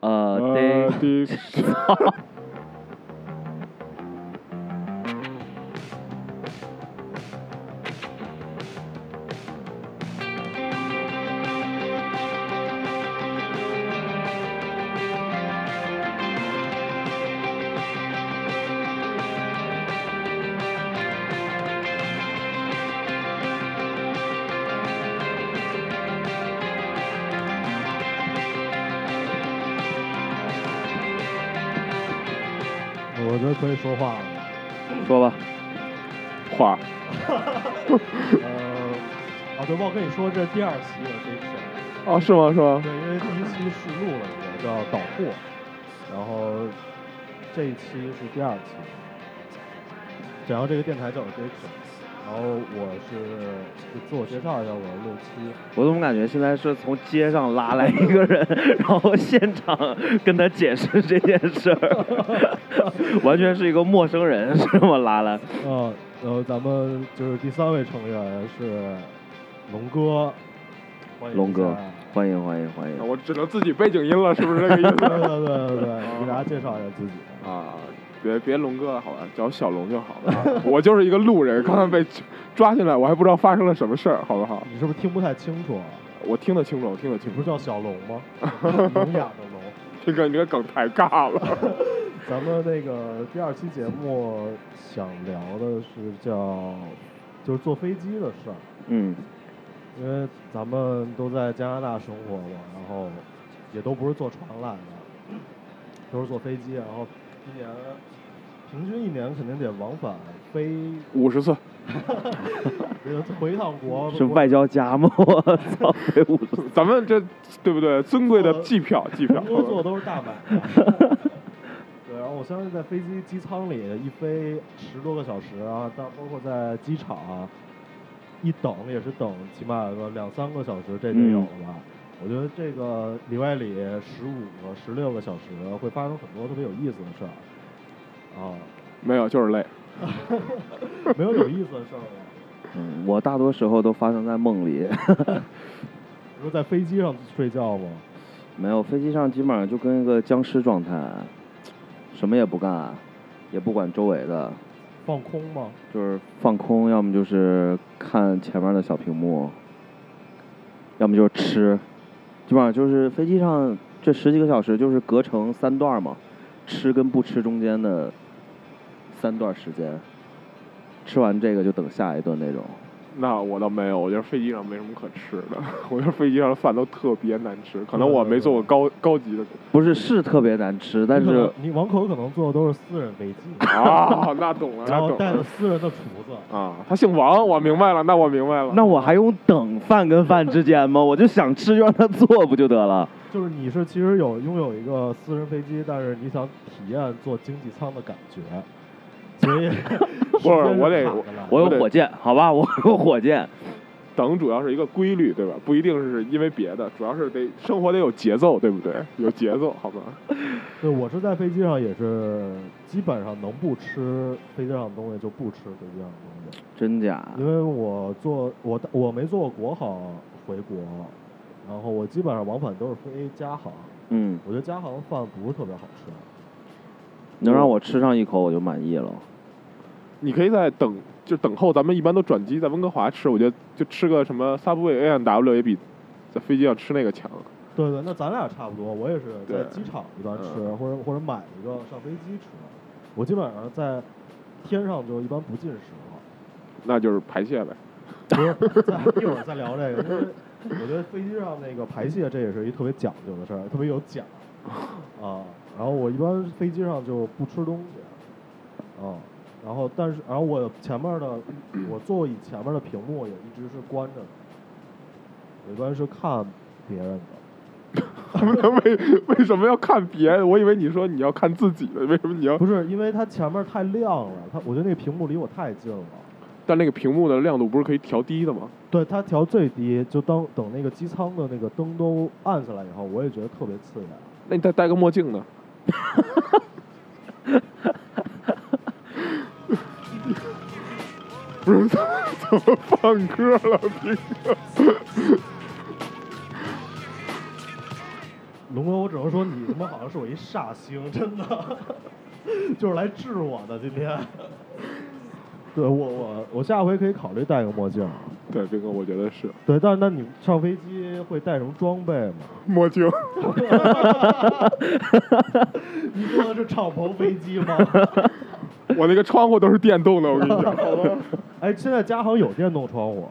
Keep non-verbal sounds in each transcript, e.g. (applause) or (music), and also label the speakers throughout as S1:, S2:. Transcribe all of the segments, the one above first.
S1: 呃，
S2: 啊
S1: 对，
S3: 第
S2: 我觉得可以说话了。
S1: 说吧，
S3: 话，
S2: 呃，啊，对，忘跟你说，这是第二期我这一期，
S3: 哦，是吗？是吗？
S2: 对，因为第一期试录了一个叫导货，然后这一期是第二期，然后这个电台叫 Addiction，然后我是就自我介绍一下，我是六七，
S1: 我怎么感觉现在是从街上拉来一个人，然后现场跟他解释这件事儿， (laughs) 完全是一个陌生人，是吗？拉来，
S2: 呃，然后咱们就是第三位成员是龙哥，欢迎
S1: 龙哥
S2: 一下
S1: 欢迎欢迎欢迎，
S3: 我只能自己背景音了，是不是这个意
S2: 对 (laughs)
S3: 思？
S2: 对对对对，你给大家介绍一下自己。
S3: 啊，别别龙哥了，好吧，叫我小龙就好了。啊我就是一个路人，刚才被抓进来，我还不知道发生了什么事儿，好不
S1: 啊
S3: 好？
S2: 你是不是听不太清楚啊？
S3: 我听得清楚，我听得
S2: 你
S3: 清
S2: 不
S3: 楚
S2: 是。叫小龙
S1: (laughs)
S2: 吗？聋哑的聋。
S3: 这个你这个梗太尬了。
S2: 咱们那个第二期节目想聊的是叫，就是坐飞机的事儿，
S1: 嗯，
S2: 因为咱们都在加拿大生活嘛，然后也都不是坐船来的，都是坐飞机，然后一年平均一年肯定得往返飞，呃
S3: 五十岁，
S2: 回一趟国
S1: 是外交家吗？ (laughs) 我操，被误了
S3: 咱们这对不对？尊贵的机票，
S2: (laughs)
S3: 机票。
S2: 多坐都是大买 (laughs) 卖。对，然后我相信在飞机机舱里一飞十多个小时啊，到包括在机场啊一等也是等起码有个两三个小时，这得有了吧？嗯我觉得这个里外里十五个、十六个小时会发生很多特别有意思的事儿啊，
S3: 没有，就是累。
S2: 没有有意思的事儿啊吗？
S1: 嗯我大多时候都发生在梦里， (laughs)
S2: 你说在飞机上睡觉吗？
S1: 没有飞机上基本上就跟一个僵尸状态，什么也不干，也不管周围的，
S2: 放空吗？
S1: 就是放空，要么就是看前面的小屏幕，要么就是吃，基本上就是飞机上这十几个小时就是隔成三段嘛，吃跟不吃中间的三段时间，吃完这个就等下一顿那种。
S3: 那我倒没有，我觉得飞机上没什么可吃的。我觉得飞机上的饭都特别难吃，可能我没坐过高高级的
S1: 不是是特别难吃，但
S2: 你可 (laughs)
S1: 是
S2: 能你网口可能坐的都是私人飞 (laughs) 机，
S3: 啊，那懂了，那
S2: 然后
S3: 懂
S2: 带着
S3: 了
S2: 私人的厨子。
S3: 啊。他姓王，我明白了，那我明白了。
S1: 那我还用等饭跟饭之间吗？ (laughs) 我就想吃就让他做不就得了？
S2: 就是你是其实有拥有一个私人飞机，但是你想体验坐经济舱的感觉，所以
S3: (laughs) 不是我得
S1: 我有
S3: 我得
S1: 火箭，好吧，我有火箭，
S3: 等主要是一个规律，对吧？不一定是因为别的，主要是得生活得有节奏，对不对？有节奏，好吗？
S2: 对我是在飞机上也是基本上能不吃飞机上的东西就不吃飞机上的东西，
S1: 真假？
S3: 啊
S2: 因为我坐我我没坐过国航回国，然后我基本上往返都是飞家航，
S1: 嗯，
S2: 我觉得家航的饭不是特别好吃，啊
S1: 能让我吃上一口我就满意了。
S3: 你可以在等，就等候。咱们一般都转机在温哥华吃，我觉得就吃个什么 Subway A N W 也比在飞机上吃那个强。
S2: 对对，那咱俩差不多，我也是在
S3: 对
S2: 机场一段吃，
S3: 嗯
S2: 或者或者买一个上飞机吃。我基本上在天上就一般不进食了，
S3: 那就是排泄呗。 (laughs)
S2: 不是，咱一会儿再聊这个，因为我觉得飞机上那个排泄这也是一特别讲究的事儿，特别有
S3: (laughs)
S2: 讲啊。然后我一般飞机上就不吃东西，啊，然后但是然后我前面的我座椅前面的屏幕也一直是关着的，我一般是看别人的。
S3: 为为什么要看别人？我以为你说你要看自己的，为什么你要
S2: (laughs) 不？是，因为它前面太亮了，它我觉得那个屏幕离我太近了。
S3: 但那个屏幕的亮度不是可以调低的吗？
S2: 对，它调最低，就当等那个机舱的那个灯都暗下来以后，我也觉得特别刺眼。
S3: 那你再戴个墨镜呢？不是怎么怎么放歌了，斌哥？
S2: 龙哥，我只能说你他妈好像是我一煞星，真的， (laughs) 就是来治我的今天。 (laughs) 对我我我下回可以考虑戴个墨镜。
S3: 对，这个我觉得是
S2: 对，但是那你上飞机会带什么装备吗？
S3: 墨镜，
S2: 你说的是敞篷飞机 (laughs) 吗？
S3: 我那个窗户都是电动的，我跟你 (laughs) 讲。
S2: 哎，现在家好像有电动窗户，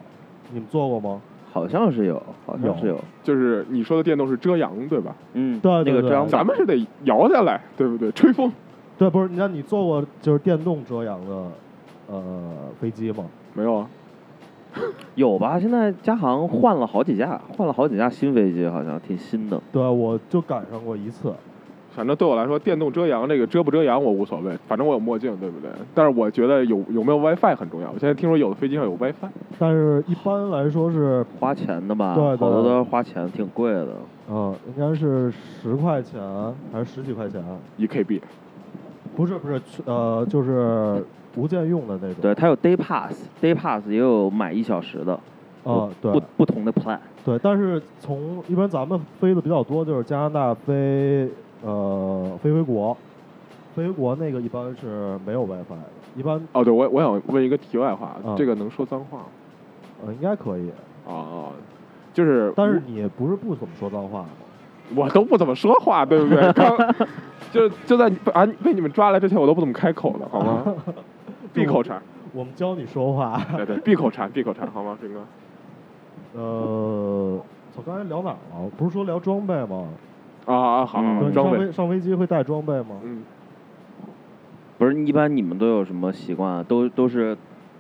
S2: 你们坐过吗？
S1: 好像是有，好像是
S2: 有
S1: 有，
S3: 就是你说的电动是遮阳，对吧？
S1: 嗯，
S2: 对对
S1: 那个
S2: 对
S1: 遮阳
S3: 咱
S1: 板，
S3: 们是得摇下来，对不对？吹风
S2: 对，不是，那你坐过就是电动遮阳的呃飞机吗？
S3: 没有啊？
S1: 有吧？现在嘉航换了好几架，换了好几架新飞机，好像挺新的。
S2: 对，啊我就赶上过一次。
S3: 反正对我来说，电动遮阳这个遮不遮阳我无所谓，反正我有墨镜，对不对？但是我觉得有有没有 WiFi 很重要。我现在听说有的飞机上有 WiFi，
S2: 但是一般来说是，
S1: 花钱的吧，
S2: 对对
S1: 好多都是花钱，挺贵的。
S2: 呃，应该是十块钱还是十几块钱？
S3: 一 KB，
S2: 不是不是，呃，就是不见用的那种。啊
S1: 对，它有 day pass，day pass 也有买一小时的，
S2: 啊、
S1: 不
S2: 对
S1: 不同的 plan。
S2: 对，但是从一般咱们飞的比较多，就是加拿大飞呃飞回国，飞回国那个一般是没有 WiFi 的，一般
S3: 哦，对，我我想问一个题外话，
S2: 嗯
S3: 这个能说脏话吗？
S2: 呃应该可以，
S3: 啊啊，就是，
S2: 但是你不是不怎么说脏话吗？
S3: 我我都不怎么说话，对不对？刚就就在啊被你们抓来之前，我都不怎么开口的，好吗？闭口禅，
S2: 我们教你说话。
S3: 对对，闭口禅，闭口禅，好吗，斌哥？
S2: (laughs) 呃，我刚才聊哪儿了？不是说聊装备吗？
S3: 啊啊，好好，
S1: 嗯
S3: 好
S2: 对，
S3: 装
S2: 上
S3: 备，
S2: 飞上飞机会带装备吗？
S3: 嗯，
S1: 不是，一般你们都有什么习惯啊？都都是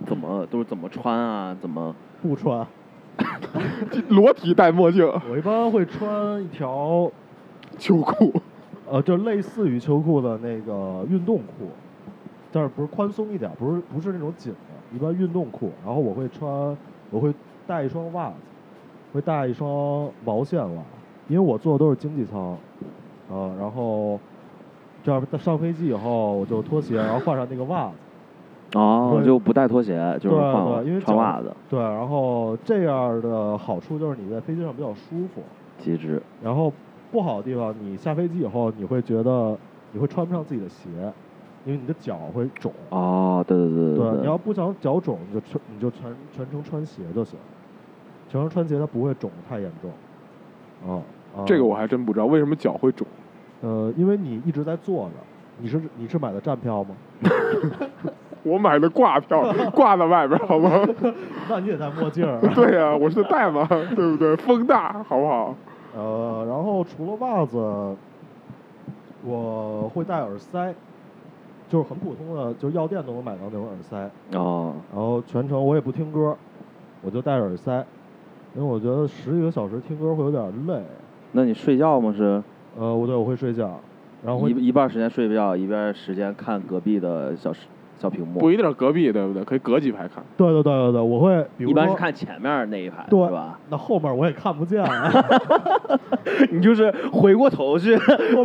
S1: 怎么都是怎么穿啊？怎么？
S2: 不穿，
S3: 裸体戴墨镜，
S2: 我一般会穿一条
S3: 秋裤，
S2: 呃，就类似于秋裤的那个运动裤，但是不是宽松一点，不是不是那种紧的，一般运动裤。然后我会穿，我会带一双袜子，会带一双毛线袜，因为我坐的都是经济舱，呃，然后这样上飞机以后我就脱鞋，然后换上那个袜子，
S1: 哦，
S2: 对
S1: 就不带拖鞋，就是
S2: 对
S1: 换
S2: 对因为
S1: 穿
S2: 脚
S1: 袜子，
S2: 对，然后这样的好处就是你在飞机上比较舒服，
S1: 极致。
S2: 然后不好的地方，你下飞机以后你会觉得你会穿不上自己的鞋，因为你的脚会肿。
S1: 哦，对对对
S2: 对，你
S1: 对，
S2: 要不想脚肿，你就穿你就全全程穿鞋就行，全程穿鞋它不会肿得太严重。啊、啊
S3: 这个我还真不知道为什么脚会肿。
S2: 呃，因为你一直在坐着，你是你是买的站票吗？ (laughs)
S3: 我买的挂票，挂在外边，好吗？ (laughs)
S2: 那你也戴墨镜儿。
S3: 对呀、我是戴嘛， (laughs) 对不对？风大，好不好？
S2: 呃，然后除了袜子，我会戴耳塞，就是很普通的，就是药店都能买到那种耳塞。
S1: 哦，
S2: 然后全程我也不听歌，我就戴耳塞，因为我觉得十几个小时听歌会有点累。
S1: 那你睡觉吗？是
S2: 呃，我对我会睡觉，然后会
S1: 一一半时间睡觉，一边时间看隔壁的小视小屏幕
S3: 不。一定是隔壁，对不对？可以隔几排看。
S2: 对对对对对，我会，比如
S1: 一般
S2: 说
S1: 是看前面那一排，
S2: 对
S1: 是吧？ (laughs)
S2: 那后面我也看不见啊，
S1: 你就是回过头去，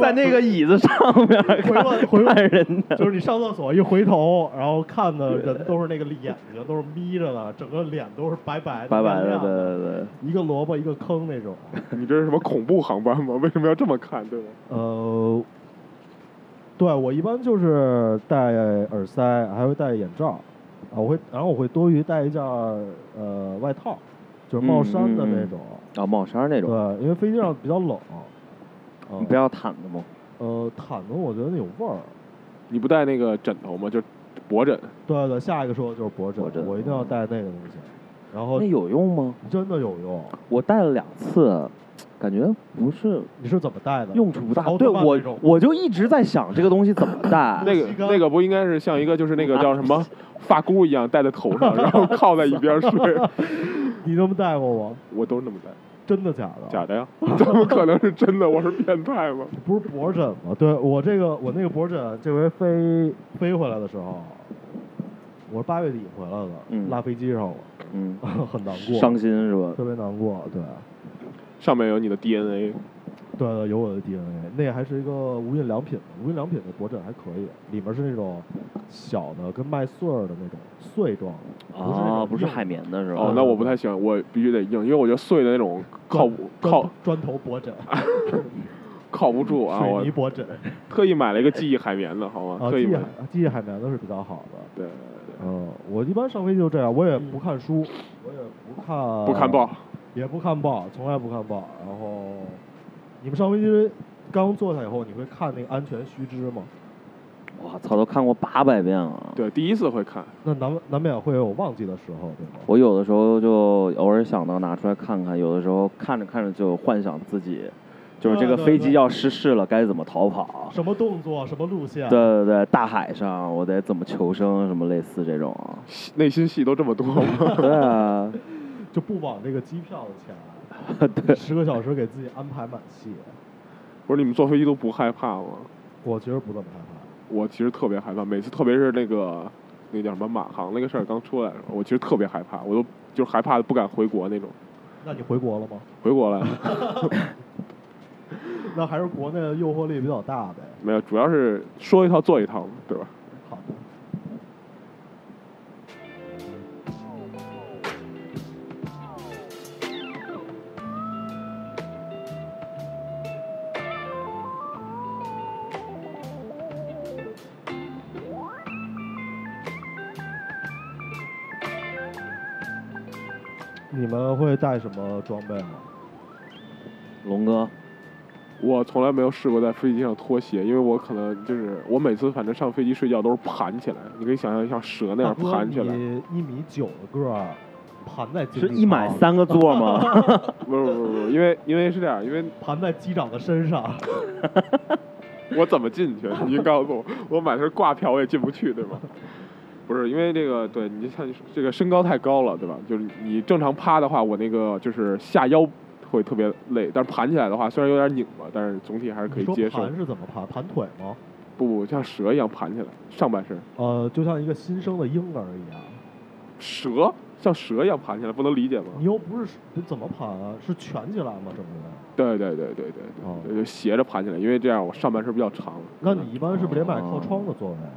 S1: 在那个椅子上面
S2: 回
S1: 看
S2: 过回过
S1: 看
S2: (laughs)
S1: 人家。
S2: (laughs) 就是你上厕所一回头，然后看的人都是那个眼睛都是眯着的，整个脸都是白白的，
S1: 白白的，
S2: 亮
S1: 对
S2: 亮
S1: 对对。
S2: 一个萝卜一个坑那种。
S3: (laughs) 你这是什么恐怖航班吗？为什么要这么看，对吧？
S2: 呃，对我一般就是戴耳塞，还会戴眼罩，啊，我会，然后我会多余带一件儿呃外套，就是帽衫的那种，
S1: 啊，帽衫那种，
S2: 对，因为飞机上比较冷，呃
S1: 你不要毯子吗？
S2: 呃毯子我觉得有味儿，
S3: 你不带那个枕头吗？就脖枕。
S2: 对对，下一个说的就是脖枕，
S1: 脖枕
S2: 我一定要带那个东西，然后
S1: 那有用吗？
S2: 真的有用，
S1: 我戴了两次，感觉不是
S2: 你是怎么带的？
S1: 用处不大。
S2: 奥
S1: 对
S2: 特曼
S1: 我
S2: 那种，
S1: 我就一直在想这个东西怎么
S2: (clears throat)
S1: 戴。
S3: 那个那个不应该是像一个就是
S2: 啊
S3: 那个叫什
S2: (laughs)
S3: 么发箍一样戴在头上，然后靠在一边睡。
S2: 你这么带过吗？
S3: 我都是那么戴，
S2: 真的假的？
S3: 假的呀？怎么可能是真的？我是变态吗？
S2: 不是脖枕吗？对我这个我那个脖枕，这回飞飞回来的时候，我是八月底回来的，
S1: 嗯
S2: 落飞机上了，
S1: 嗯，
S2: 很难过，
S1: 伤心是吧？
S2: 特别难过。对，
S3: 上面有你的 DNA，
S2: 对对，有我的 DNA，那还是一个无印良品的，无印良品的脖枕还可以，里面是那种小的跟麦穗儿的那种碎状的，不是那
S1: 啊，
S2: 种
S1: 不是
S2: 硬的
S1: 海绵的是吧？
S3: 哦，那我不太喜欢，我必须得硬，因为我觉得碎的那种靠
S2: 砖
S3: 靠
S2: (laughs) 砖砖头脖枕，
S3: 烤不住啊！
S2: 水
S3: 我
S2: 泥脖枕
S3: 特意买了一个记忆海绵的，好吗？
S2: 啊，
S3: 特意
S2: 记忆
S3: 买
S2: 海。记忆海绵都是比较好的。
S3: 对，
S2: 嗯，我一般上飞机就这样，我也不看书，我也不看，
S3: 不看，报，
S2: 也不看报，从来不看报。然后，你们上飞机刚坐下以后，你会看那个安全须知吗？
S1: 我操，都看过八百遍了。
S3: 对，第一次会看，
S2: 那难难免会有忘记的时候，对吗？
S1: 我有的时候就偶尔想到拿出来看看，有的时候看着看着就幻想自己，就是这个
S2: 对对
S1: 飞机
S2: 对
S1: 要失事了，该怎么逃跑？
S2: 什么动作，什么路线？
S1: 对对对，大海上我得怎么求生，什么类似这种啊。
S3: 戏内心戏都这么多吗？ (laughs)
S1: 对啊，
S2: 就不往这个机票的钱，
S1: (laughs)
S2: 对，十个小时给自己安排满戏。
S3: 不是你们坐飞机都不害怕吗？
S2: 我其实不怎么害怕，
S3: 我其实特别害怕，每次特别是那个那个叫什么马航那个事儿刚出来的时候，我其实特别害怕，我都就是害怕的不敢回国那种。
S2: 那你回国了吗？
S3: 回国了
S2: 那还是国内的诱惑力比较大呗。
S3: 没有？主要是说一套做一套嘛，对吧？
S2: 好的。你们会带什么装备啊吗？
S1: 龙哥，
S3: 我从来没有试过在飞机上脱鞋，因为我可能就是我每次反正上飞机睡觉都是盘起来，你可以想象像蛇那样
S2: 大哥
S3: 盘起
S2: 啊
S3: 来。
S2: 你一米九的个儿，盘在
S1: 是
S2: 经济
S1: 一买
S2: 舱
S1: 三个座吗？
S3: 不是不是不是，因为因为是这样，因为
S2: 盘在机长的身上。
S3: 我怎么进去？您告诉我，我买的是挂票，我也进不去，对吧？不是因为这个，对你像你这个身高太高了，对吧？就是你正常趴的话，我那个就是下腰会特别累，但是盘起来的话，虽然有点拧巴，但是总体还是可以
S2: 你说
S3: 接受。
S2: 盘是怎么盘？盘腿吗？
S3: 不不，像蛇一样盘起来，上半身
S2: 呃，就像一个新生的婴儿一样。
S3: 啊蛇像蛇一样盘起来，不能理解吗？
S2: 你又不是你怎么盘啊？是蜷起来吗？整个人？
S3: 对对对对对
S2: 哦
S3: 对，就斜着盘起来，因为这样我上半身比较长。
S2: 那你一般是不是得买靠窗的座位啊？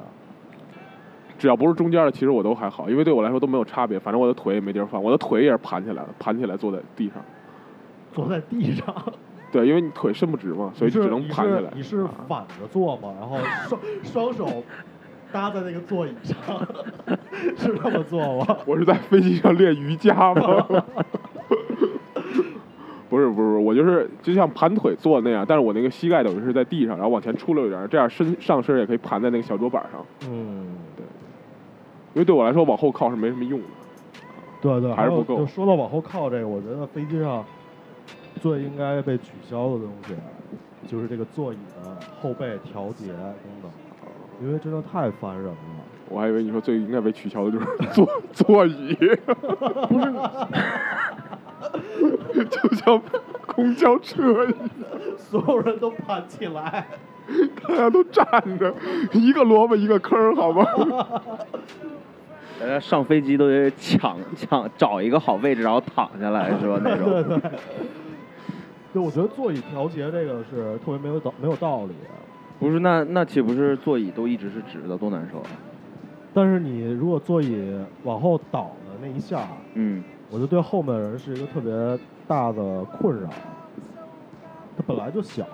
S3: 只要不是中间的，其实我都还好，因为对我来说都没有差别。反正我的腿也没地儿放，我的腿也是盘起来的，盘起来坐在地上。
S2: 坐在地上，
S3: 对，因为你腿伸不直 (laughs) 嘛，所以
S2: 你是
S3: 只能盘起来。啊
S2: 你是你是反着坐吗？然后双双手搭在那个座椅上， (laughs) 是这么做吗？
S3: 我是在飞机上练瑜伽吗？ (laughs) 不是不是，我就是就像盘腿坐那样，但是我那个膝盖等于是在地上，然后往前出溜一点儿，这样身上身也可以盘在那个小桌板上。
S2: 嗯，
S3: 因为对我来说，往后靠是没什么用的。
S2: 对对，
S3: 还是
S2: 有
S3: 不够
S2: 就说到往后靠这个，我觉得飞机上最应该被取消的东西，就是这个座椅的后背调节功能，因为真的太烦人了。 (laughs)
S3: 我还以为你说最应该被取消的就是 (laughs) 座座椅， (laughs) 不是，就像公交车一样，
S2: 所有人都盘起来，
S3: 大家都站着，一个萝卜一个坑儿，好吗？
S1: 大家上飞机都得抢抢找一个好位置，然后躺下来是吧？那种。
S2: 对，我觉得座椅调节这个是特别没有道没有道理。
S1: 不是，那那岂不是座椅都一直是直的，多难受啊！
S2: 但是你如果座椅往后倒的那一下，
S1: 嗯，
S2: 我觉得对后面的人是一个特别大的困扰。它本来就小，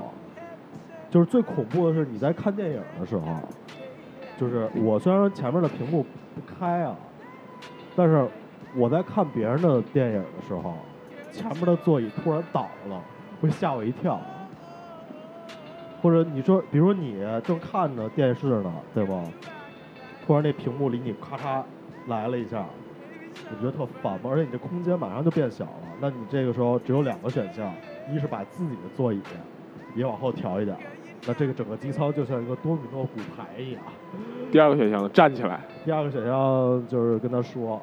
S2: 就是最恐怖的是你在看电影的时候，就是我虽然前面的屏幕不开啊，但是我在看别人的电影的时候，前面的座椅突然倒了，会吓我一跳。或者你说，比如说你正看着电视呢，对吧？突然那屏幕离你咔嚓来了一下，你觉得特烦吗？而且你这空间马上就变小了，那你这个时候只有两个选项，一是把自己的座椅也往后调一点儿，那这个整个机舱就像一个多米诺骨牌一样。
S3: 第二个选项，站起来。
S2: 第二个选项就是跟他说，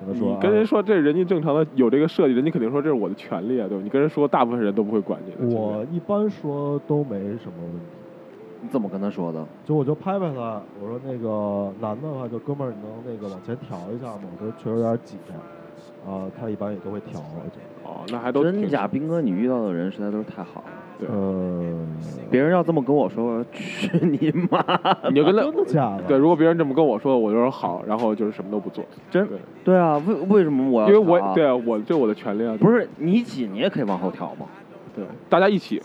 S2: 跟他说，
S3: 你跟人
S2: 啊
S3: 说这人家正常的有这个设计，人家肯定说这是我的权利啊，对吧？你跟人说，大部分人都不会管你的。其实
S2: 我一般说都没什么问题，
S1: 你怎么跟他说的？
S2: 就我就拍拍他，我说那个男的话，就哥们儿，你能那个往前调一下吗？我说确实有点挤，啊，他一般也都会调，我觉得，
S3: 哦，那还都挺
S1: 真假，斌哥，你遇到的人实在都是太好了。
S3: 对，
S2: 呃，
S1: 别人要这么跟我说，去你妈！
S3: (laughs) 你就跟他
S2: (laughs) 真的假的？
S3: 对，如果别人这么跟我说，我就说好，然后就是什么都不做，
S1: 真
S3: 对，
S1: (laughs) 对啊，为为什么我要、
S3: 因为我对，啊，我这我的权利啊，
S1: 不是你挤，你也可以往后调嘛。
S3: 对，大家一起嘛，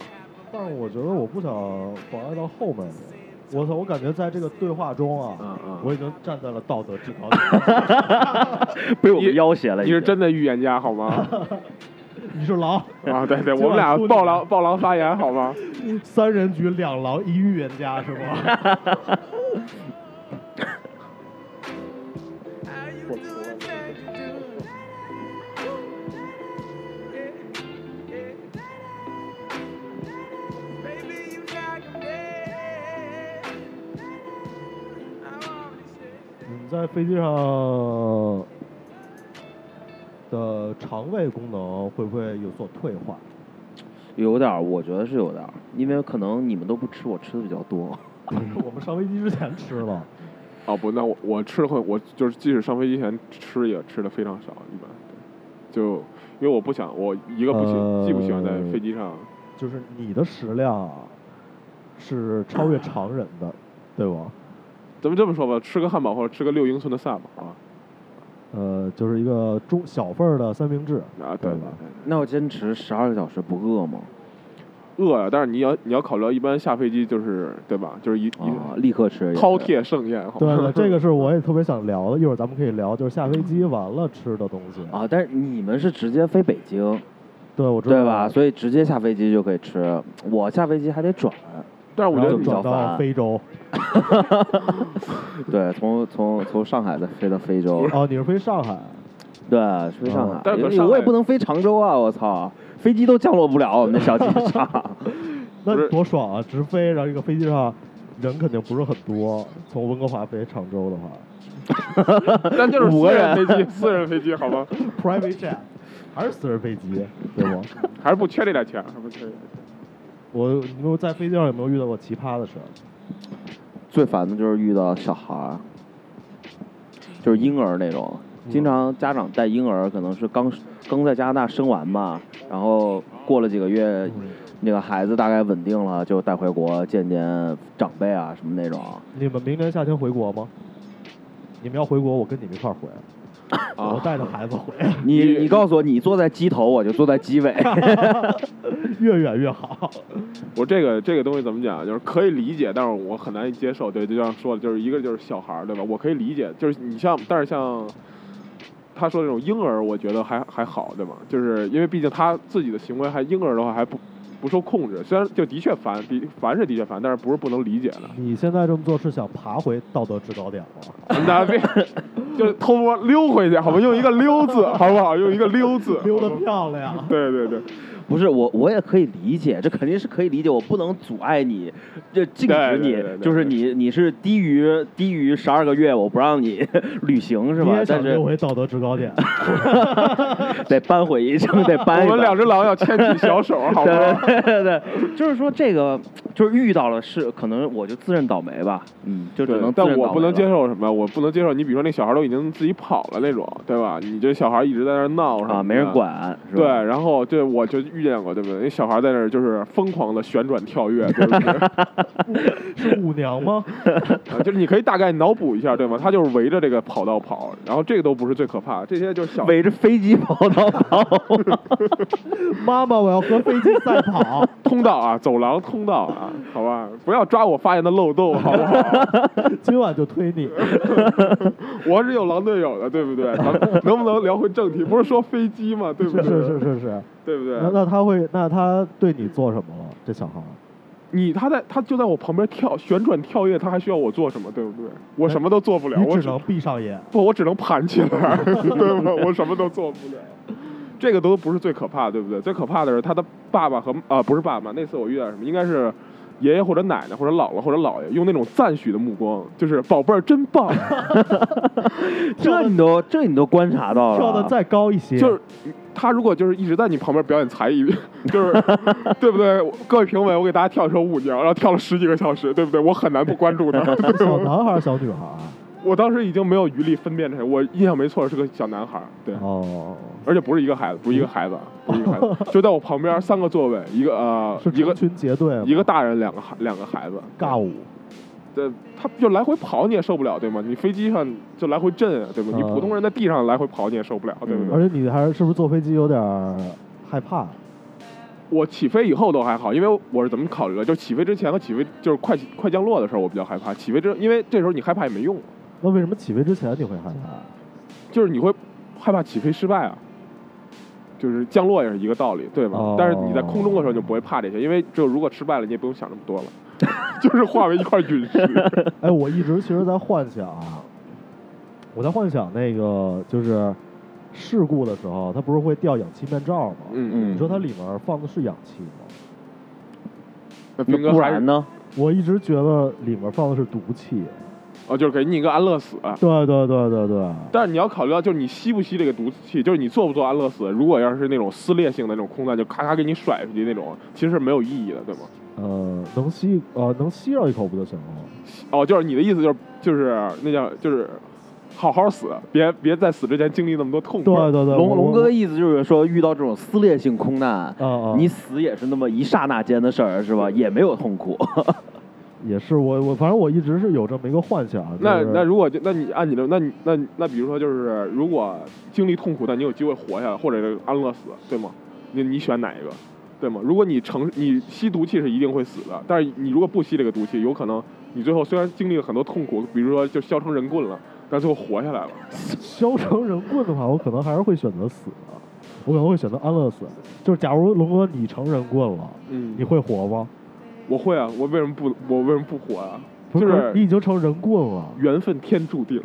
S2: 但是我觉得我不想妨碍到后面的。我操！我感觉在这个对话中啊，
S3: 嗯嗯
S2: 我已经站在了道德制高点。
S1: 被我们要
S2: 嗯
S1: 挟了已
S3: 你
S1: 经。
S3: 是真的预言家好
S2: (laughs)
S3: 吗？
S2: (laughs) 你是狼，
S3: 啊，对对，
S2: 今晚
S3: 我们俩
S2: 出去
S3: 暴狼暴狼发言好吗？
S2: 三人局两狼一预言家是吗？ (laughs) 你在飞机上的肠胃功能会不会有所退化？
S1: 有点儿，我觉得是有点儿，因为可能你们都不吃，我吃的比较多。 (laughs)
S2: (laughs) 我们上飞机之前吃了，
S3: 哦不，那我我吃会，我就是即使上飞机前吃也吃的非常少，一般，对就因为我不想，我一个不喜，
S2: 呃
S3: 既不喜欢在飞机上，
S2: 就是你的食量啊是超越常人的，对吧？
S3: 咱们这么说吧，吃个汉堡或者吃个六英寸的萨吧啊
S2: 呃，就是一个中小份儿的三明治，
S3: 啊，
S2: 对
S3: 对对
S2: 吧
S1: 那我坚持十二个小时不饿吗？
S3: 对，饿呀，啊但是你要你要考虑到一般下飞机就是对吧，就是一
S1: 啊，
S3: 一
S1: 立刻吃。
S3: 饕。餮盛宴，好
S2: 对
S3: 吗
S2: 对，这个是我也特别想聊的，一会儿咱们可以聊，就是下飞机完了吃的东西。
S1: 啊，但是你们是直接飞北京，
S2: 对，我知道。
S1: 对吧？所以直接下飞机就可以吃。我下飞机还得转，
S3: 但是我觉
S2: 然后
S3: 得
S1: 比
S2: 就
S3: 你
S1: 较
S2: 转到
S1: 烦
S2: 非洲。
S1: 对，从从从上海再飞到非洲，
S2: 哦，你是飞上海？
S1: 对，飞上海
S3: 哦。但是
S1: 因
S3: 可
S1: 为
S3: 上海
S1: 我也不能飞常州啊！我操，飞机都降落不了我们那小机场。
S3: 不
S2: 那
S3: 是
S2: 多爽啊！直飞，然后一个飞机上人肯定不是很多。从温哥华飞常州的话
S3: 但就是
S1: 五
S3: 私
S1: 个
S3: 人
S1: 人
S3: 飞机，私人飞机好吗？
S2: (laughs) ，private jet (laughs) 还是私人飞机，对吗？
S3: 还是不缺这点钱，还是不缺这点钱。
S2: 我你们在飞机上有没有遇到过奇葩的事儿？
S1: 最烦的就是遇到小孩儿，就是婴儿那种，经常家长带婴儿，可能是刚刚在加拿大生完嘛，然后过了几个月，那个孩子大概稳定了，就带回国见见长辈啊什么那种。
S2: 你们明年夏天回国吗？你们要回国，我跟你们一块儿回，
S3: 啊
S2: 我带着孩子回， (laughs)
S1: 你
S3: 你
S1: 你告诉我，你坐在机头，我就坐在机尾。
S2: 越远越好。
S3: 我这个这个东西怎么讲，啊就是可以理解，但是我很难以接受。对，就像说的，就是一个就是小孩儿，对吧？我可以理解，就是你像，但是像他说这种婴儿，我觉得还还好，对吧？就是因为毕竟他自己的行为还婴儿的话还不不受控制，虽然就的确烦，的烦是的确烦，但是不是不能理解的。
S2: 你现在这么做是想爬回道德制高点吗？
S3: (laughs) 大家别就是偷摸溜回去，好吧？用一个溜字，好不好？用一个溜字，
S2: 溜得
S3: 好吗。
S2: 漂亮
S3: 对对对，
S1: 不是我，我也可以理解，这肯定是可以理解，我不能阻碍你，这禁止
S3: 对
S1: 你，
S3: 对对对
S1: 就是你你是低于低于十二个月，我不让你 (laughs) 旅行是
S2: 你
S1: 吧
S2: 也？
S1: 但
S2: 想
S1: 是
S2: 溜回道德制高点？
S1: 得扳回
S3: (laughs)
S1: 一城，得
S3: 我
S1: 扳一
S3: 们两
S1: 扳。
S3: 只狼要牵起小手，好
S1: 对
S3: 吗？
S1: 对 (laughs) 对对，就是说这个就是遇到了是可能我就自认倒霉吧，嗯，就只
S3: 对
S1: 能，自
S3: 但
S1: 认
S3: 我
S1: 倒
S3: 不
S1: 霉
S3: 能接
S1: 了。
S3: 受什么，我不能接受。你比如说那小孩都已经自己跑了那种，对吧？你这小孩一直在那儿闹什么
S1: 啊，没人
S3: 的。
S1: 管，是
S3: 对，
S1: 吧？
S3: 然后对我就遇见过，对不对？那小孩在那儿就是疯狂的旋转跳
S1: (laughs)
S3: 跃，对不对？
S2: 是舞娘吗？ (laughs)
S3: 啊就是你可以大概脑补一下，对吗？他就是围着这个跑道跑，然后这个都不是最可怕，这些就是小。
S1: (laughs) 围着飞机跑道跑，
S2: 妈妈，我要和飞机赛
S3: (laughs)
S2: 跑。
S3: 通道啊，走廊通道啊，好吧，不要抓我发言的漏洞，好
S1: (laughs)
S3: 不好？
S2: 今晚就推你。
S3: 我是有狼队友的，对不对？咱们能不能聊回正题？不是说飞机吗？对不
S2: 是
S3: 对？
S2: 是是是是。
S3: 对不对？
S2: 那那他会，那他对你做什么了？这小孩儿，
S3: 你他在他就在我旁边跳旋转跳跃，他还需要我做什么？对不对？我什么都做不了，
S2: 你
S3: 我只啊
S2: 只能闭上眼。
S3: 不，我只能盘起来， (laughs) 对吧？我什么都做不了。这个都不是最可怕，对不对？最可怕的是他的爸爸和啊、不是爸爸，那次我遇到什么？应该是爷爷或者奶奶或者姥姥或者姥爷用那种赞许的目光，就是宝贝儿真
S1: (laughs)
S3: 棒，
S2: (laughs)
S1: 这你都这你都观察到了，啊
S2: 跳的再高一些，
S3: 就是他如果就是一直在你旁边表演才艺，就是 (laughs) 对不对？各位评委，我给大家跳一首舞娘，然后跳了十几个小时，对不对？我很难不关注他，对吧
S2: 小男孩儿小女孩儿啊。
S3: 我当时已经没有余力分辨这，我印象没错是个小男孩儿，对，
S2: 哦，
S3: 而且不是一个孩子，不是一个孩子，不是一个孩子， (laughs) 就在我旁边三个座位，一个呃
S2: 是
S3: 一
S2: 成
S3: 个
S2: 群结队吗，
S3: 一个大人，两个孩两个孩子，
S2: 尬舞。
S3: 对，他就来回跑你也受不了，对吗？你飞机上就来回震，啊对吗？你
S2: 嗯
S3: 普通人在地嗯上来回跑你也受不了，对不对？
S2: 而且你还是是不是坐飞机有点儿害怕？
S3: 我起飞以后都还好，因为我是怎么考虑的？就起飞之前和起飞就是快起快降落的时候，我比较害怕。起飞之，因为这时候你害怕也没用，
S2: 那为什么起飞之前你会害怕？
S3: 就是你会害怕起飞失败啊。就是降落也是一个道理，对吧？
S2: 哦
S3: 但是你在空中的时候就不会怕这些，因为只有如果失败了，你也不用想那么多了， (laughs) 就是化为一块陨
S2: (laughs)
S3: 石。
S2: 哎，我一直其实在幻想啊，我在幻想那个就是事故的时候，它不是会掉氧气面罩吗？
S3: 嗯
S2: 你说它里面放的是氧气吗？
S1: 那
S3: 那斌哥
S1: 不
S3: 还是
S1: 然呢？
S2: 我一直觉得里面放的是毒气。
S3: 哦，就是给你一个安乐死。啊
S2: 对对对对对。
S3: 但是你要考虑到，就是你吸不吸这个毒气，就是你做不做安乐死。如果要是那种撕裂性的那种空难，就咔咔给你甩出去那种，其实是没有意义的，对吗？
S2: 呃，能吸呃能吸上一口不就行了吗？
S3: 哦，就是你的意思就是就是那叫就是好好死，别别在死之前经历那么多痛苦。
S2: 对对对，
S1: 龙
S2: 我
S1: 龙
S2: 我
S1: 哥意思就是说，遇到这种撕裂性空难，
S2: 啊啊，
S1: 你死也是那么一刹那间的事儿，是吧？也没有痛苦。
S2: 也是我我反正我一直是有这么一个幻想，啊
S3: 那
S2: 就是 (laughs)
S3: 那如果就那你按你的那你那那比如说就是如果经历痛苦，但你有机会活下来，或者是安乐死，对吗？你你选哪一个，对吗？如果你承你吸毒气是一定会死的，但是你如果不吸这个毒气，有可能你最后虽然经历了很多痛苦，比如说就削成人棍了，但最后活下来了。
S2: 削成人棍的话，我可能还是会选择死的，我可能会选择安乐死。就是假如龙哥你成人棍了，
S3: 嗯
S2: 你会活吗？
S3: 我会啊，我为什么不我为什么不活啊？
S2: 不
S3: 就是
S2: 你已经成人棍了，
S3: 缘分天注定。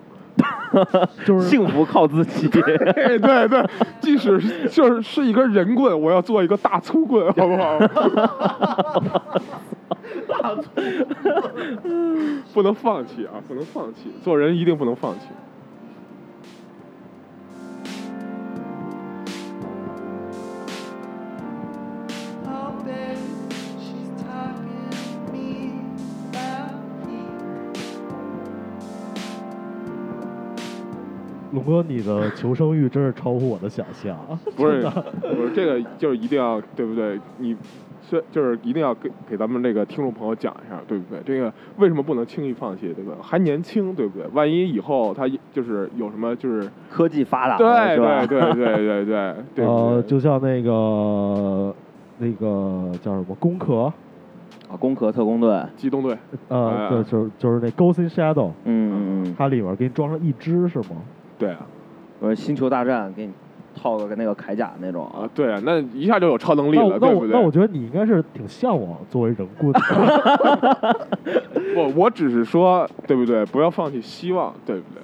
S2: 就是
S1: (laughs) 幸福靠自己。
S3: 对哎对对，即使是就是是一根人棍，我要做一个大粗棍，好不好？ (laughs) 不能放弃啊，不能放弃，做人一定不能放弃。
S4: Oh, babe, she's talking to me about you.
S2: 龙哥你的求生欲真是超乎我的想象。
S3: 不是，不是这个，就是一定要对不对？你是就是一定要给给咱们这个听众朋友讲一下，对不对？这个为什么不能轻易放弃？对吧？还年轻，对不对？万一以后他就是有什么就是
S1: 科技发达了，
S3: 对
S1: 是吧哦
S3: 对？对对对对对，
S2: 呃，
S3: 对
S2: 就像那个那个叫什么《攻壳》
S1: 啊，攻壳特工队，
S3: 机动队。
S2: 呃，
S3: 哎
S2: 对，就是就是那《Ghost in Shadow》，
S1: 嗯嗯嗯，
S2: 它里面给你装上一只是吗？
S3: 对啊，
S1: 我说星球大战给你套个那个铠甲那种，
S3: 啊对啊，那一下就有超能力
S2: 那
S3: 了，
S2: 我那
S3: 对
S2: 我
S3: 不对？
S2: 那我觉得你应该是挺向往作为人棍
S3: (laughs)
S2: 的。
S3: 我我只是说，对不对？不要放弃希望，对不对？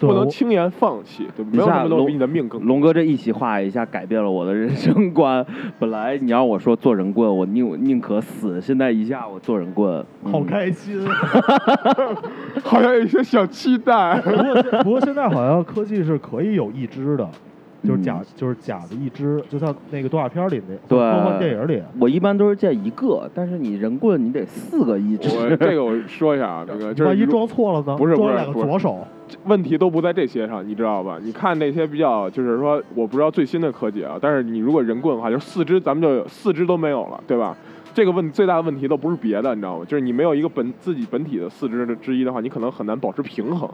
S2: 对
S3: 不能
S2: 我
S3: 轻言放弃，对不
S1: 一
S3: 对？没有
S1: 下
S3: 什么东西
S1: 龙
S3: 比你的命更
S1: 龙哥这一席话一下改变了我的人生观。本来你让我说做人棍，我宁宁可死，现在一下我做人棍，嗯
S2: 好开心。
S3: 好 (laughs) 像有一些小期待。
S1: (laughs)
S2: 不过现不过现在好像科技是可以有一只的，就是
S3: 嗯
S2: 假就是假的一只，就像那个动画片里那
S1: 对
S2: 科幻电影里。
S1: 嗯我一般都是见一个，但是你人棍你得四个一
S3: 我
S1: 直。
S3: 这个我说一下啊，这个就是
S2: 万一
S3: 如
S2: 装错了呢？
S3: 不是不
S2: 装
S3: 是
S2: 两个
S3: 不是
S2: 左手，
S3: 问题都不在这些上，你知道吧？你看那些比较，就是说，我不知道最新的科技啊，但是你如果人棍的话，就是四肢，咱们就有四肢都没有了，对吧？这个问最大的问题都不是别的，你知道吗？就是你没有一个本自己本体的四肢的之一的话，你可能很难保持平衡。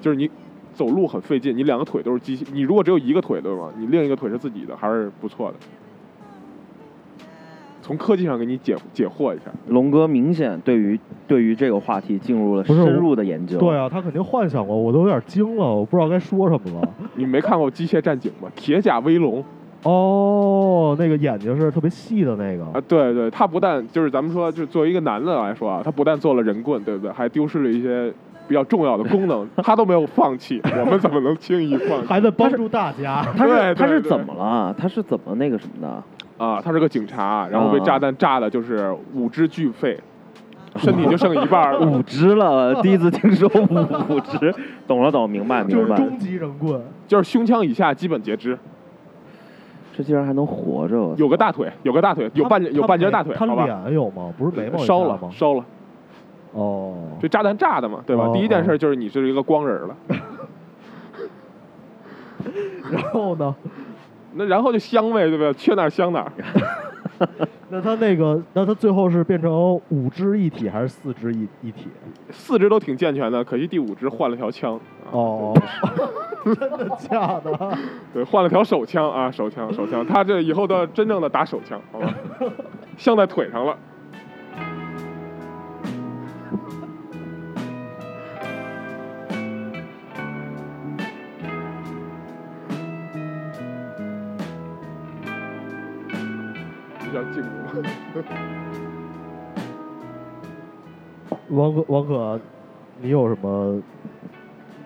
S3: 就是你走路很费劲，你两个腿都是机器，你如果只有一个腿，对吗？你另一个腿是自己的，还是不错的。从科技上给你解解惑一下，
S1: (laughs) 龙哥明显对于对于这个话题进入了
S2: 不是我
S1: 深入的研究。
S2: 对啊，他肯定幻想过，我都有点惊了，我不知道该说什么了。
S3: 你没看过《机械战警》吗？《铁甲威龙》。
S2: 哦，那个眼睛是特别细的那
S3: 啊
S2: 个，，
S3: 对对，他不但就是咱们说，就作为一个男的来说啊，他不但做了人棍，对不对？还丢失了一些比较重要的功能，他都没有放弃，我们怎么能轻易
S2: (laughs)
S3: 放弃
S2: 还在帮助大家。
S1: 他
S3: 对
S1: 是他
S3: 对
S1: 是
S3: 对
S1: 怎么了？他是怎么那个什么的？
S3: 啊？他是个警察，然后被炸弹炸的就是五肢俱废，身体就剩一半
S2: (laughs)
S3: 儿
S1: 五
S2: 哦
S3: 了。
S1: 只了，第一次听说五五只， (laughs) 懂了懂，明白
S2: 就
S1: 明
S2: 是
S1: 白。
S2: 终极人棍，
S3: 就是胸腔以下基本截肢，
S1: 这竟然还能活着，我操
S3: 有个大腿，有个大腿，有半截有半截大腿，
S2: 他
S3: 好吧？
S2: 脸有吗？不是眉毛也
S3: 烧
S2: 下
S3: 了
S2: 吗，？
S3: 烧了，
S2: 哦，
S3: 这炸弹炸的嘛，对吧
S2: 哦？
S3: 第一件
S2: 哦
S3: 事就是你是一个光人了，
S2: 然后呢？
S3: 那然后就香味，对不对？缺哪儿香哪儿。
S2: 那它那个，那它最后是变成五只一体还是四只一一体？
S3: 四只都挺健全的，可惜第五只换了条枪。啊
S2: 哦， (laughs) 真的假的？
S3: 对，换了条手枪啊，手枪，手枪，他这以后的真正的打手枪，好吧，镶在腿上了。比较静 (laughs) 默。
S2: 王可，王
S1: 啊
S2: 可，你有什么？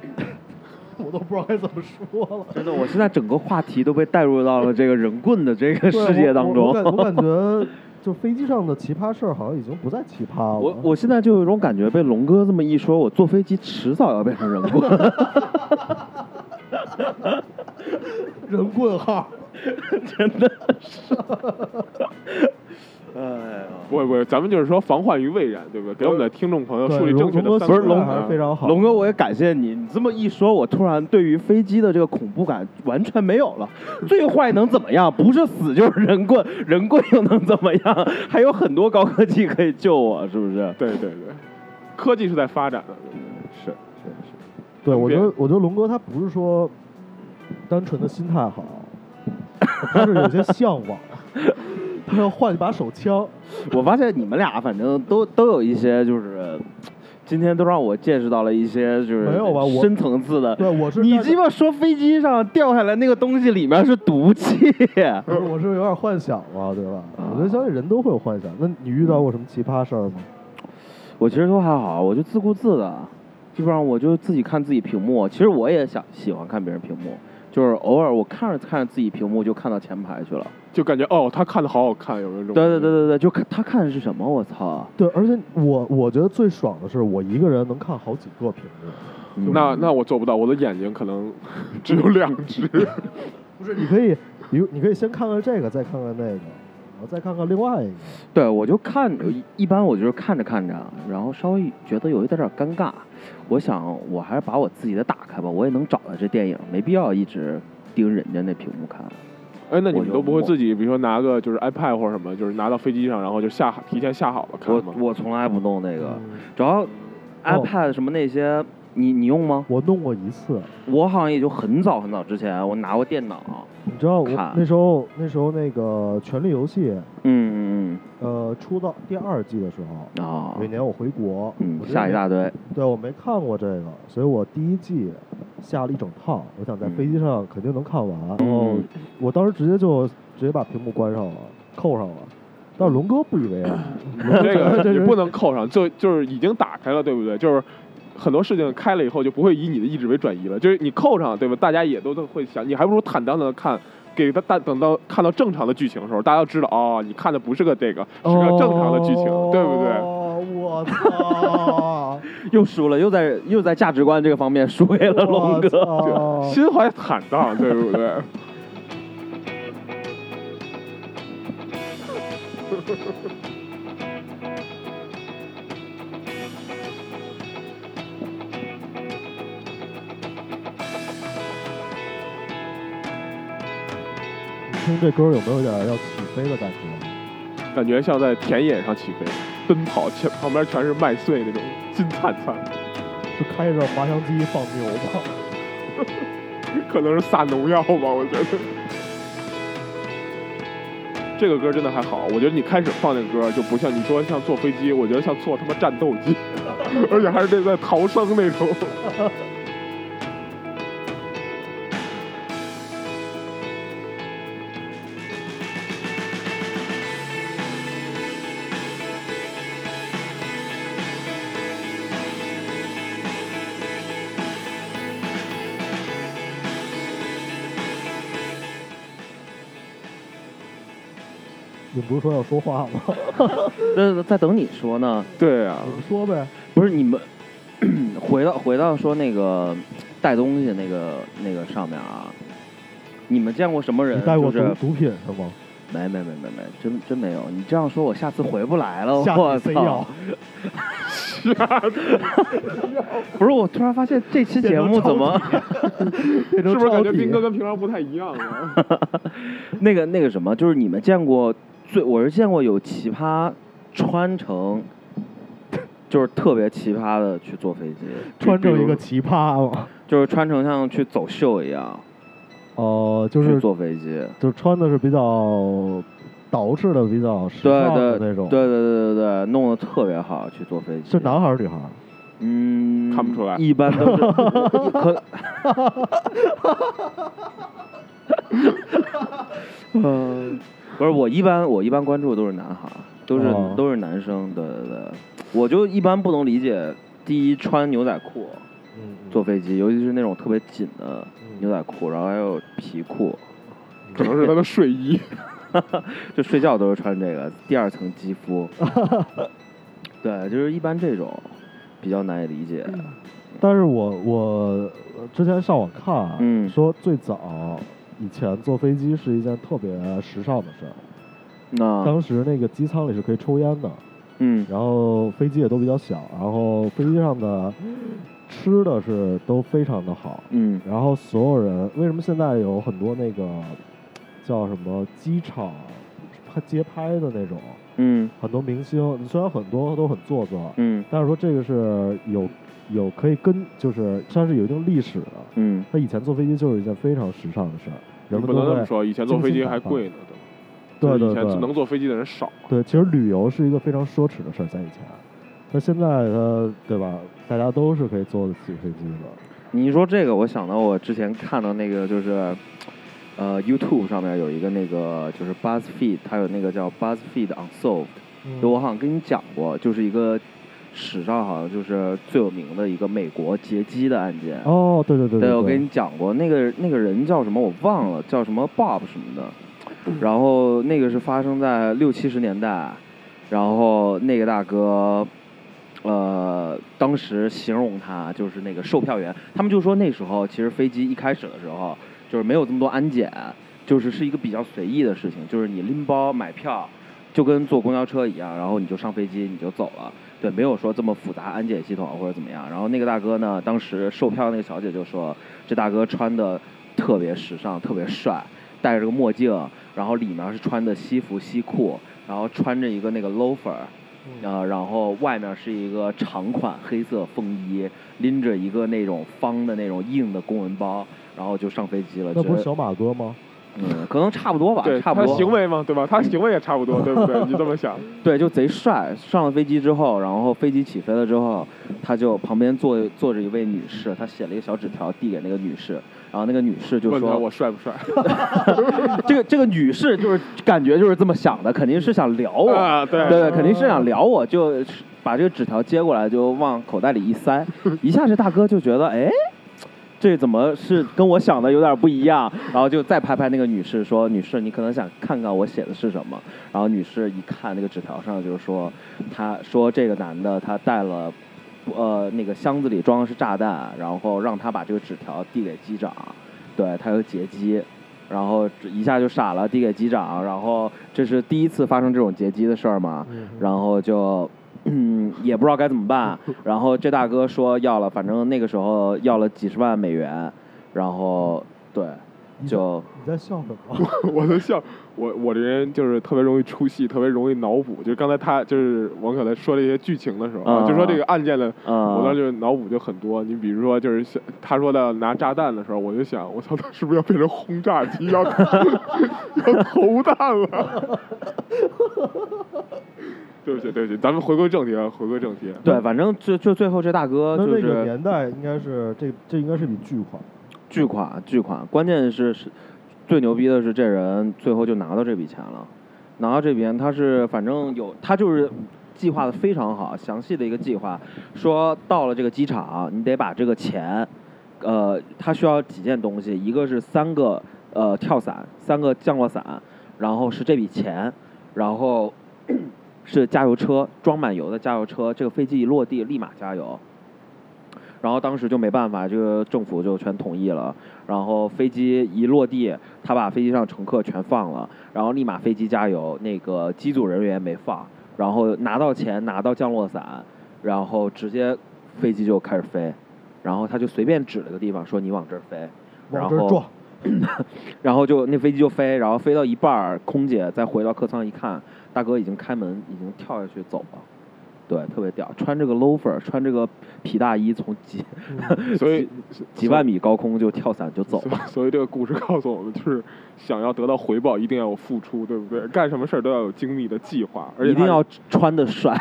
S2: (coughs) 我都不知道该怎么说了。
S1: 真的，我现在整个话题都被带入到了这个人棍的这个
S2: 对
S1: 世界当中
S2: 我我我。感我感
S1: (laughs)
S2: 觉，就飞机上的奇葩事儿好像已经不再奇葩了。
S1: 我 (laughs) 我现在就有一种感觉，被龙哥这么一说，我坐飞机迟早要变成人 (laughs)
S2: (laughs)
S1: 棍。
S2: 人棍号， (laughs)
S1: 哎
S3: 不不，咱们就是说防患于未然，对不对？给我们的听众朋友树立正确的
S2: 对
S3: 三
S2: 龙
S3: 观啊
S1: 不是龙
S2: 哥还是非常好。
S1: 龙哥，我也感谢你，你这么一说，我突然对于飞机的这个恐怖感完全没有了。 (laughs) 最坏能怎么样？不是死就是人棍， (laughs) 人棍又能怎么样？还有很多高科技可以救我，是不是？
S3: 对对对，科技是在发展的，对不对？
S1: 是是是，
S2: 对，我觉得
S3: 变
S2: 我觉得龙哥他不是说单纯的心态好，他是有些向往，他要换一把手枪。
S1: 我发现你们俩反正都都有一些就是。今天都让我见识到了一些就是
S2: 没有吧我
S1: 深层次的。
S2: 对我是
S1: 你
S2: 站着
S1: 鸡巴说飞机上掉下来那个东西里面是毒气，
S2: 不是，我是有点幻想嘛，对吧？我觉得相信人都会有幻想。那你遇到过什么奇葩事儿吗？
S1: 我其实都还好，我就自顾自的，基本上我就自己看自己屏幕。其实我也想喜欢看别人屏幕，就是偶尔我看着看着自己屏幕就看到前排去了。
S3: 就感觉哦，他看的好好看，有没有这种？
S1: 对对对，对对，就看他看的是什么，我操！
S2: 对，而且我我觉得最爽的是，我一个人能看好几个屏幕。
S3: 嗯那那我做不到，我的眼睛可能 (laughs) 只有两
S1: (laughs)
S3: 只。
S2: 不是，你可以，你你可以先看看这个，再看看那个，然后再看看另外一个。
S1: 对，我就看，一般我就是看着看着，然后稍微觉得有一点点尴尬，我想我还是把我自己的打开吧，我也能找到这电影，没必要一直盯人家那屏幕看。
S3: 哎，那你
S1: 我
S3: 们
S1: 就
S3: 都不会
S1: 懵
S3: 自己，比如说拿个就是 iPad 或者什么，就是拿到飞机上，然后就下提前下好了看
S1: 我
S3: 吗？哦
S1: 我从来不弄那个，
S2: 嗯
S1: 主要 iPad 什么那些，你你用吗？
S2: 我弄过一次，
S1: 我好像也就很早很早之前，我拿过电脑。
S2: 你知道我
S1: 看
S2: 那时候那时候那个《权力游戏》
S1: 嗯嗯
S2: 呃出到第二季的时候，
S1: 嗯。啊
S2: 有一。年我回国，
S1: 嗯
S2: 我，觉得
S1: 下一
S2: 没
S1: 大堆。
S2: 对我没看过这个，所以我第一季下了一整套，我想在
S1: 嗯
S2: 飞机上肯定能看完。然后
S1: 嗯
S2: 我当时直接就直接把屏幕关上了，扣上了。但是龙哥不以为然，
S1: (laughs)
S3: 这个你
S2: 是
S3: 不能扣上，就就是已经打开了，对不对？就是很多事情开了以后就不会以你的意志为转移了，就是你扣上，对吧？大家也都都会想，你还不如坦荡荡的看。给他大等到看到正常的剧情的时候，大家都知道哦，你看的不是个这个，是个正常的剧情，对不对？
S2: 哦，
S1: (laughs)
S2: 我操！
S1: (laughs) 又输了，又在又在价值观这个方面输给了龙
S2: 我
S3: (laughs)
S1: 哥。 (laughs)
S2: 操
S3: 对，心怀坦荡，对
S2: (laughs)
S3: 不对？
S2: 听这歌有没有点要起飞的感觉？
S3: 感觉像在田野上起飞，奔跑，前旁边全是麦穗那种金灿灿，
S2: 是开着滑翔机放牛吗？ (laughs)
S3: 可能是撒农药吧，我觉得。 (laughs) 这个歌真的还好，我觉得你开始放那歌就不像你说像坐飞机，我觉得像坐他妈战斗机， (laughs) 而且还是这在逃生那种。
S2: 你不是说要说话吗？
S1: 那在等你说呢，
S3: 对啊，
S1: 嗯
S2: 你 (laughs) 说呗。
S1: 不是你们 (coughs) 回到回到说那个带东西那个那个上面啊，你们见过什么
S2: 你
S1: 人？
S2: 带过
S1: 就
S2: 毒
S1: 是
S2: 毒品是吗？
S1: 没没没没没，真真没有。你这样说，我下次回不来了。
S2: 下
S1: 哦我
S2: 次非
S1: 操
S2: 要！
S1: 不是，我突然发现这期 (laughs) 节目怎么？
S2: 变
S3: 是
S2: 成
S3: 不是感
S2: 抄
S3: 觉
S2: 底
S3: 斌哥跟平常不太一样啊？
S1: (laughs) 那个那个什么，就是你们见过最我是见过有奇葩穿成，就是特别奇葩的去坐飞机，
S2: 穿
S1: 比
S2: 成一
S1: 如
S2: 个奇
S1: (laughs)
S2: 葩嘛，
S1: 就是穿成像去走秀一样，
S2: 哦、就
S1: 去
S2: 是
S1: 坐飞机。
S2: 就穿的是比较捯饬的比较时
S1: 对
S2: 尚
S1: 对
S2: 的
S1: 对
S2: 那种，
S1: 对对对对，弄得特别好，去坐飞机。
S2: 是男孩儿女孩儿？
S1: 嗯，
S3: 看不出来
S1: 一般都是可。嗯， (laughs) 不是我一般我一般关注的都是男孩儿，都是、
S2: 哦
S1: 都是男生，对对对，我就一般不能理解，第一穿牛仔裤
S2: 嗯，
S1: 坐飞机，尤其是那种特别紧的
S2: 嗯
S1: 牛仔裤，然后还有皮裤，
S3: 可能是他的睡衣。
S1: 就睡觉都是穿这个第二层肌
S2: (laughs)
S1: 肤，对，就是一般这种比较难以理解，
S2: 嗯但是我我之前上网看啊，
S1: 嗯
S2: 说最早以前坐飞机是一件特别时尚的事儿，
S1: 那
S2: 当时那个机舱里是可以抽烟的，
S1: 嗯
S2: 然后飞机也都比较小，然后飞机上的吃的是都非常的好，
S1: 嗯
S2: 然后所有人为什么现在有很多那个叫什么机场拍街拍的那种，
S1: 嗯
S2: 很多明星虽然很多都很做作，啊
S1: 嗯
S2: 但是说这个是有有可以跟就是它是有一定历史的。
S1: 嗯，
S2: 他以前坐飞机就是一件非常时尚的事儿， (laughs) 人们
S3: 你不
S2: 都
S3: 能这
S2: 会
S3: 么说，以前坐飞机还贵呢，
S2: 对
S3: 吧？就是
S2: 对
S3: 以前能
S2: 对
S3: 坐飞机的人少啊。
S2: 对，其实旅游是一个非常奢侈的事儿，在以前，但现在它对吧，大家都是可以坐得起飞机的。
S1: 你一说这个，我想到我之前看到那个就是，呃，YouTube 上面有一个那个就是 BuzzFeed，它有那个叫 BuzzFeed Unsolved，就我好像跟你讲过，就是一个史上好像就是最有名的一个美国劫机的案件。
S2: 哦，对对对
S1: 对，
S2: 对，
S1: 我跟你讲过，那个那个人叫什么我忘了，叫什么 Bob 什么的。然后那个是发生在六七十年代，然后那个大哥，呃，当时形容他就是那个售票员，他们就说那时候其实飞机一开始的时候就是没有这么多安检，就是是一个比较随意的事情，就是你拎包买票，就跟坐公交车一样，然后你就上飞机你就走了。对，没有说这么复杂安检系统或者怎么样。然后那个大哥呢，当时售票那个小姐就说，这大哥穿的特别时尚，特别帅，戴着个墨镜，然后里面是穿的西服西裤，然后穿着一个那个 loafer，呃，
S2: 嗯
S1: 然后外面是一个长款黑色风衣，拎着一个那种方的那种硬的公文包，然后就上飞机了。
S2: 那
S1: 觉
S2: 不
S1: 得
S2: 是小马哥吗？
S1: 嗯，可能差不多吧，
S3: 对，
S1: 差不
S3: 他
S1: 多。
S3: 行为嘛，对吧？他行为也差不
S1: (laughs)
S3: 多，对不对？你这么想，
S1: 对，就贼帅。上了飞机之后，然后飞机起飞了之后，他就旁边坐坐着一位女士，他写了一个小纸条递给那个女士，然后那个女士就
S3: 问他
S1: 说
S3: 我帅
S1: (laughs)
S3: 不帅？：“
S1: 这个这个女士就是感觉就是这么想的，肯定是想聊我，
S3: 啊，
S1: 对
S3: 对，
S1: 对，肯定是想聊我，就是把这个纸条接过来就往口袋里一塞，一下这大哥就觉得哎。”这怎么是跟我想的有点不一样？然后就再拍拍那个女士说：“女士，你可能想看看我写的是什么。”然后女士一看那个纸条上，就是说，他说这个男的他带了，呃，那个箱子里装的是炸弹，然后让他把这个纸条递给机长，对他有劫机，然后这一下就傻了，递给机长，然后这是第一次发生这种劫机的事儿嘛，然后就。嗯，也不知道该怎么办。然后这大哥说要了，反正那个时候要了几十万美元，然后对，就
S2: 你在笑什
S1: (laughs)
S2: 么？
S3: 我都笑，我我这人就是特别容易出戏，特别容易脑补。就是刚才他就是王可在说这些剧情的时候，
S1: 啊
S3: 就说这个案件的，
S1: 啊
S3: 我当时就脑补就很多。你比如说，就是想他说的拿炸弹的时候，我就想，我操，他是不是要变成轰炸机，
S1: (laughs)
S3: 要要投弹了？ (laughs) 对不起，对不起，咱们回归正题啊，回归正题。
S1: 对，反正就就最后这大哥
S2: 那
S1: 就
S2: 那个
S1: 是
S2: 年代应该是这这应该是笔巨款，
S1: 巨款，巨款。关键是是最牛逼的是，这人最后就拿到这笔钱了。拿到这笔钱，他是反正有，他就是计划的非常好，详细的一个计划，说到了这个机场，你得把这个钱，呃，他需要几件东西，一个是三个呃跳伞，三个降落伞，然后是这笔钱，然后 (clears throat) 是加油车，装满油的加油车，这个飞机一落地立马加油。然后当时就没办法，这个政府就全同意了。然后飞机一落地，他把飞机上乘客全放了，然后立马飞机加油，那个机组人员没放，然后拿到钱，拿到降落伞，然后直接飞机就开始飞，然后他就随便指了个地方说你往这儿飞，然
S2: 往
S1: 后
S2: 这儿撞，
S1: 然后就那飞机就飞，然后飞到一半儿，空姐再回到客舱一看，大哥已经开门，已经跳下去走了。对，特别屌，穿这个 loafer，穿这个皮大衣，从几
S3: 所以
S1: 几万米高空就跳伞就走
S3: 所
S1: 了。
S3: 以所以这个故事告诉我们，就是想要得到回报，一定要有付出，对不对？干什么事儿都要有精密的计划， (laughs) 而且
S1: 一定
S3: 他
S1: 要穿的帅，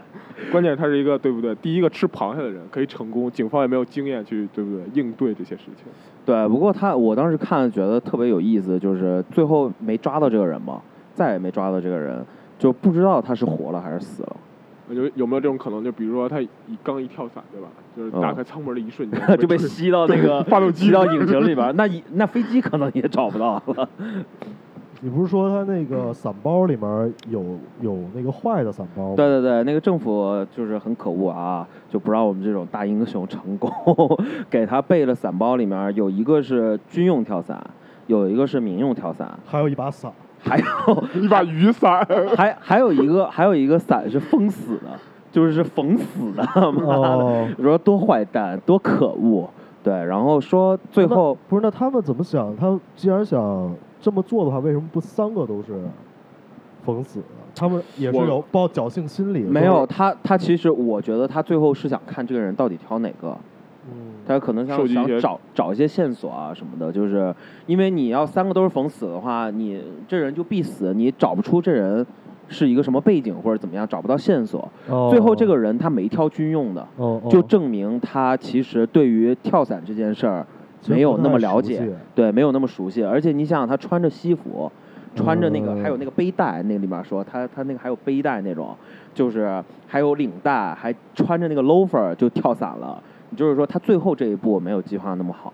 S1: (laughs)
S3: 关键是他是一个对不对？第一个吃螃蟹的人可以成功，警方也没有经验去对不对应对这些事情。
S1: 对。不过他，我当时看觉得特别有意思，就是最后没抓到这个人嘛，再也没抓到这个人，就不知道他是活了还是死了。 (laughs)
S3: 有有没有这种可能？就比如说他一刚一跳伞，对吧？就是打
S1: 嗯
S3: 开舱门的一瞬间
S1: (laughs) 就被
S3: 吹
S1: 吸到那个
S3: (laughs) 发动机
S1: 吸到引擎里边儿，那一那飞机可能也找不到了。
S2: 你不是说他那个伞包里面有有那个坏的伞包吗？
S1: 对对对，那个政府就是很可恶啊，就不让我们这种大英雄成功， (laughs) 给他备了伞包，里面有一个是军用跳伞，有一个是民用跳伞，
S2: 还有一把伞，
S1: 还有
S3: 一把雨
S1: (laughs)
S3: 伞。
S1: 还还有一个还有一个伞是封死的，就是是缝死的，妈的，
S2: 哦，
S1: 你说多坏蛋，多可恶。对，然后说最
S2: 那
S1: 后
S2: 不是那他们怎么想？他们既然想这么做的话，为什么不三个都是封死的？他们也是
S3: 我
S2: 有抱侥幸心理，
S1: 没有他，他其实我觉得他最后是想看这个人到底挑哪个。
S2: 嗯，
S1: 他可能想
S3: 收集一
S1: 想
S3: 些
S1: 找找一些线索啊什么的，就是因为你要三个都是缝死的话，你这人就必死，你找不出这人是一个什么背景或者怎么样，找不到线索。
S2: 哦
S1: 最后这个人他没挑军用的，
S2: 哦哦
S1: 就证明他其实对于跳伞这件事儿
S2: 其实
S1: 没有
S2: 不太
S1: 那么了
S2: 熟
S1: 解
S2: 悉，
S1: 对，没有那么熟悉。而且你想想，他穿着西服，穿着那个
S2: 嗯
S1: 还有那个背带，那里面说他他那个还有背带那种，就是还有领带，还穿着那个 loafer 就跳伞了。也就是说，他最后这一步没有计划那么好。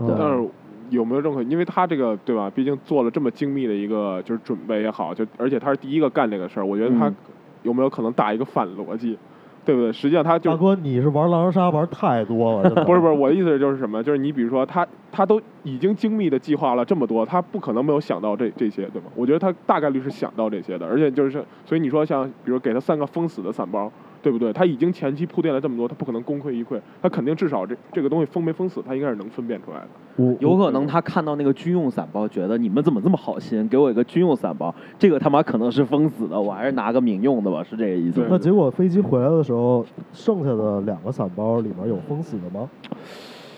S2: 嗯
S3: 但是有没有这种可能？因为他这个对吧？毕竟做了这么精密的一个就是准备也好，就而且他是第一个干这个事儿，我觉得他
S1: 嗯
S3: 有没有可能打一个反逻辑，对不对？实际上他就
S2: 大哥，你是玩狼人杀玩太多了，真 (laughs) 的
S3: 不是不是，我的意思就是什么？就是你比如说他他都已经精密的计划了这么多，他不可能没有想到这这些，对吧？我觉得他大概率是想到这些的，而且就是所以你说像比如给他三个封死的散包，对不对？他已经前期铺垫了这么多，他不可能功亏一篑，他肯定至少这这个东西封没封死，他应该是能分辨出来的。
S2: 我
S1: 有可能他看到那个军用伞包，觉得你们怎么这么好心，给我一个军用伞包，这个他妈可能是封死的，我还是拿个民用的吧，是这个意思
S3: 对
S1: 吗？
S2: 那结果飞机回来的时候，剩下的两个伞包里面有封死的吗？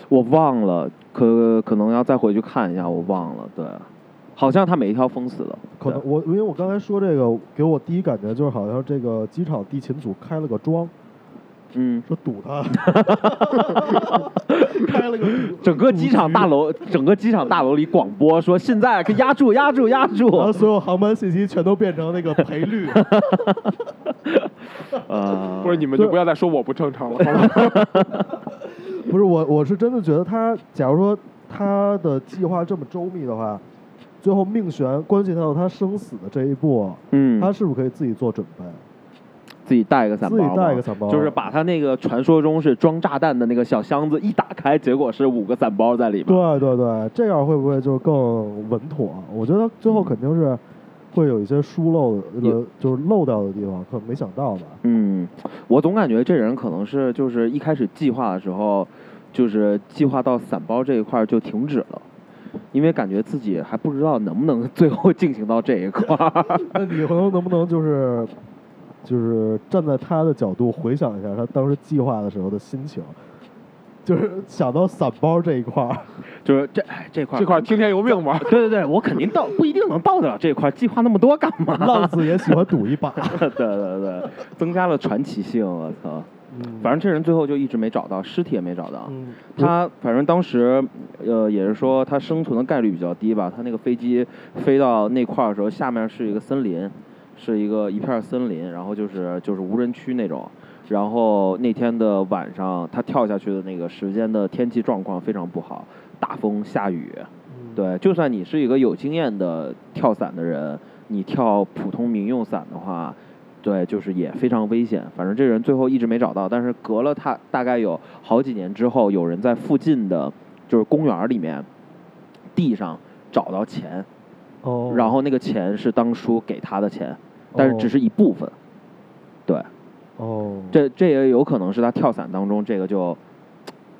S1: 我忘了，可可能要再回去看一下，我忘了。对，好像他每一条封死的，
S2: 可能我因为我刚才说这个，给我第一感觉就是好像这个机场地勤组开了个庄，
S1: 嗯，
S2: 说堵他，啊 (laughs) 开了个 (laughs) 堵
S1: 整个机场大
S2: 嗯
S1: 楼，整个机场大楼里广播说现在可压住，压住，压住。
S2: 然后 (laughs) 所有航班信息全都变成那个赔率，
S1: 呃，
S3: 不是你们就
S2: 对
S3: 不要再说我不正常了，好吧？
S2: (laughs) 不是我我是真的觉得他，假如说他的计划这么周密的话，最后命悬关系到他生死的这一步，
S1: 嗯，
S2: 他是不是可以自己做准备？
S1: 自己带一个伞包
S2: 自
S1: 嘛，
S2: 己带一个伞包
S1: 就是把他那个传说中是装炸弹的那个小箱子一打开，结果是五个伞包在里面。
S2: 对对对，这样会不会就更稳妥？我觉得最后肯定是会有一些疏漏的，呃，就是漏掉的地方，可能没想到吧。
S1: 嗯，我总感觉这人可能是就是一开始计划的时候，就是计划到散包这一块儿就停止了，因为感觉自己还不知道能不能最后进行到这一块 (laughs) 儿。
S2: 那你回头能不能就是就是站在他的角度回想一下他当时计划的时候的心情？就是想到散包这一块儿，
S1: 就是这哎这块儿
S3: 这块儿听天由命吧。
S1: 对对对，我肯定到不一定能到得了这一块儿，计划那么多干嘛？ (laughs)
S2: 浪子也喜欢赌一把。
S1: 对对对，增加了传奇性，我操！(laughs)
S2: 嗯
S1: 反正这人最后就一直没找到，尸体也没找到。
S2: 嗯，
S1: 他反正当时，呃，也是说他生存的概率比较低吧。他那个飞机飞到那块儿的时候，下面是一个森林，是一个一片森林，然后就是就是无人区那种。然后那天的晚上，他跳下去的那个时间的天气状况非常不好，大风下雨。对，就算你是一个有经验的跳伞的人，你跳普通民用伞的话，对，就是也非常危险。反正这人最后一直没找到，但是隔了他大概有好几年之后，有人在附近的就是公园里面地上找到钱，
S2: 哦，
S1: 然后那个钱是当初给他的钱，但是只是一部分。对，
S2: 哦，
S1: 这这也有可能是他跳伞当中这个就